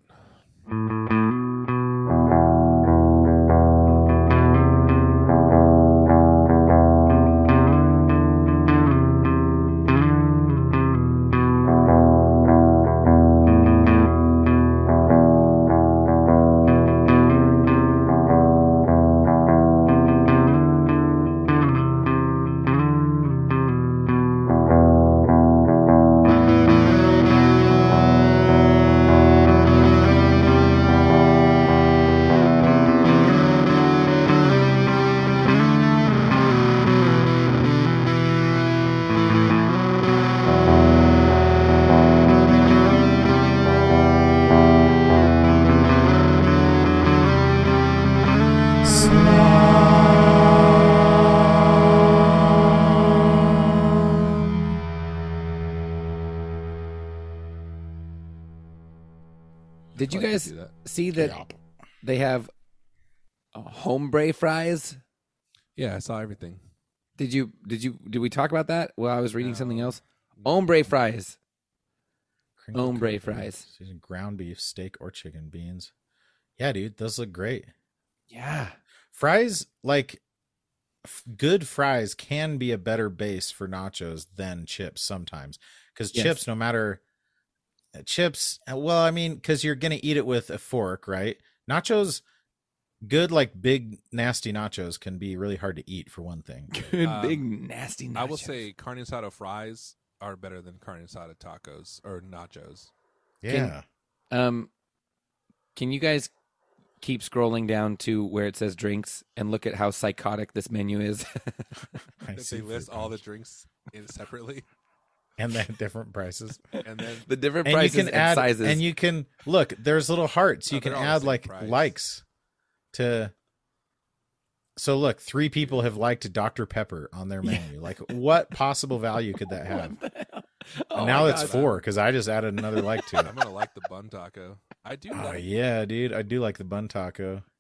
Speaker 1: Did you
Speaker 2: Like to
Speaker 1: guys
Speaker 2: do that.
Speaker 1: see that they have uh, hombre fries?
Speaker 2: Yeah, I saw everything.
Speaker 1: Did you did you did we talk about that while I was reading something
Speaker 3: No.
Speaker 1: else? Hombre fries.
Speaker 3: Crinkle
Speaker 1: Ombre
Speaker 3: cut beef,
Speaker 1: fries.
Speaker 3: seasoned ground beef, steak, or chicken beans. Yeah, dude, those look great.
Speaker 1: Yeah.
Speaker 3: Fries, like f- good fries, can be a better base for nachos than chips sometimes. Because
Speaker 1: Yes.
Speaker 3: chips, no matter uh, chips, uh, well, I mean, because you're gonna eat it with a fork, right? Nachos, good like big nasty nachos can be really hard to eat for one thing.
Speaker 1: Good
Speaker 2: Um,
Speaker 1: big nasty.
Speaker 2: I will
Speaker 1: nachos.
Speaker 2: say carne asada fries are better than carne asada tacos or nachos.
Speaker 1: Yeah. Um, can you guys keep scrolling down to where it says drinks and look at how psychotic this menu is?
Speaker 3: I
Speaker 2: That
Speaker 3: see
Speaker 2: they list
Speaker 3: food
Speaker 2: all the
Speaker 3: concept.
Speaker 2: drinks in separately,
Speaker 3: and they have different prices.
Speaker 2: and then
Speaker 1: the different
Speaker 3: and you
Speaker 1: prices
Speaker 3: can
Speaker 1: and
Speaker 3: add
Speaker 1: sizes. Oh,
Speaker 3: and you can look there's little hearts
Speaker 2: No,
Speaker 3: you can
Speaker 2: they're all the
Speaker 3: add
Speaker 2: same
Speaker 3: like
Speaker 2: price.
Speaker 3: likes to so look three people have liked dr pepper on their menu like what possible value could that have
Speaker 1: What the hell?
Speaker 3: and
Speaker 1: Oh
Speaker 3: now
Speaker 1: my
Speaker 3: it's
Speaker 1: God.
Speaker 3: four because i just added another like to it
Speaker 1: Ah,
Speaker 2: I'm gonna like the bun taco. I do.
Speaker 3: oh
Speaker 2: like,
Speaker 3: yeah dude i do like the bun taco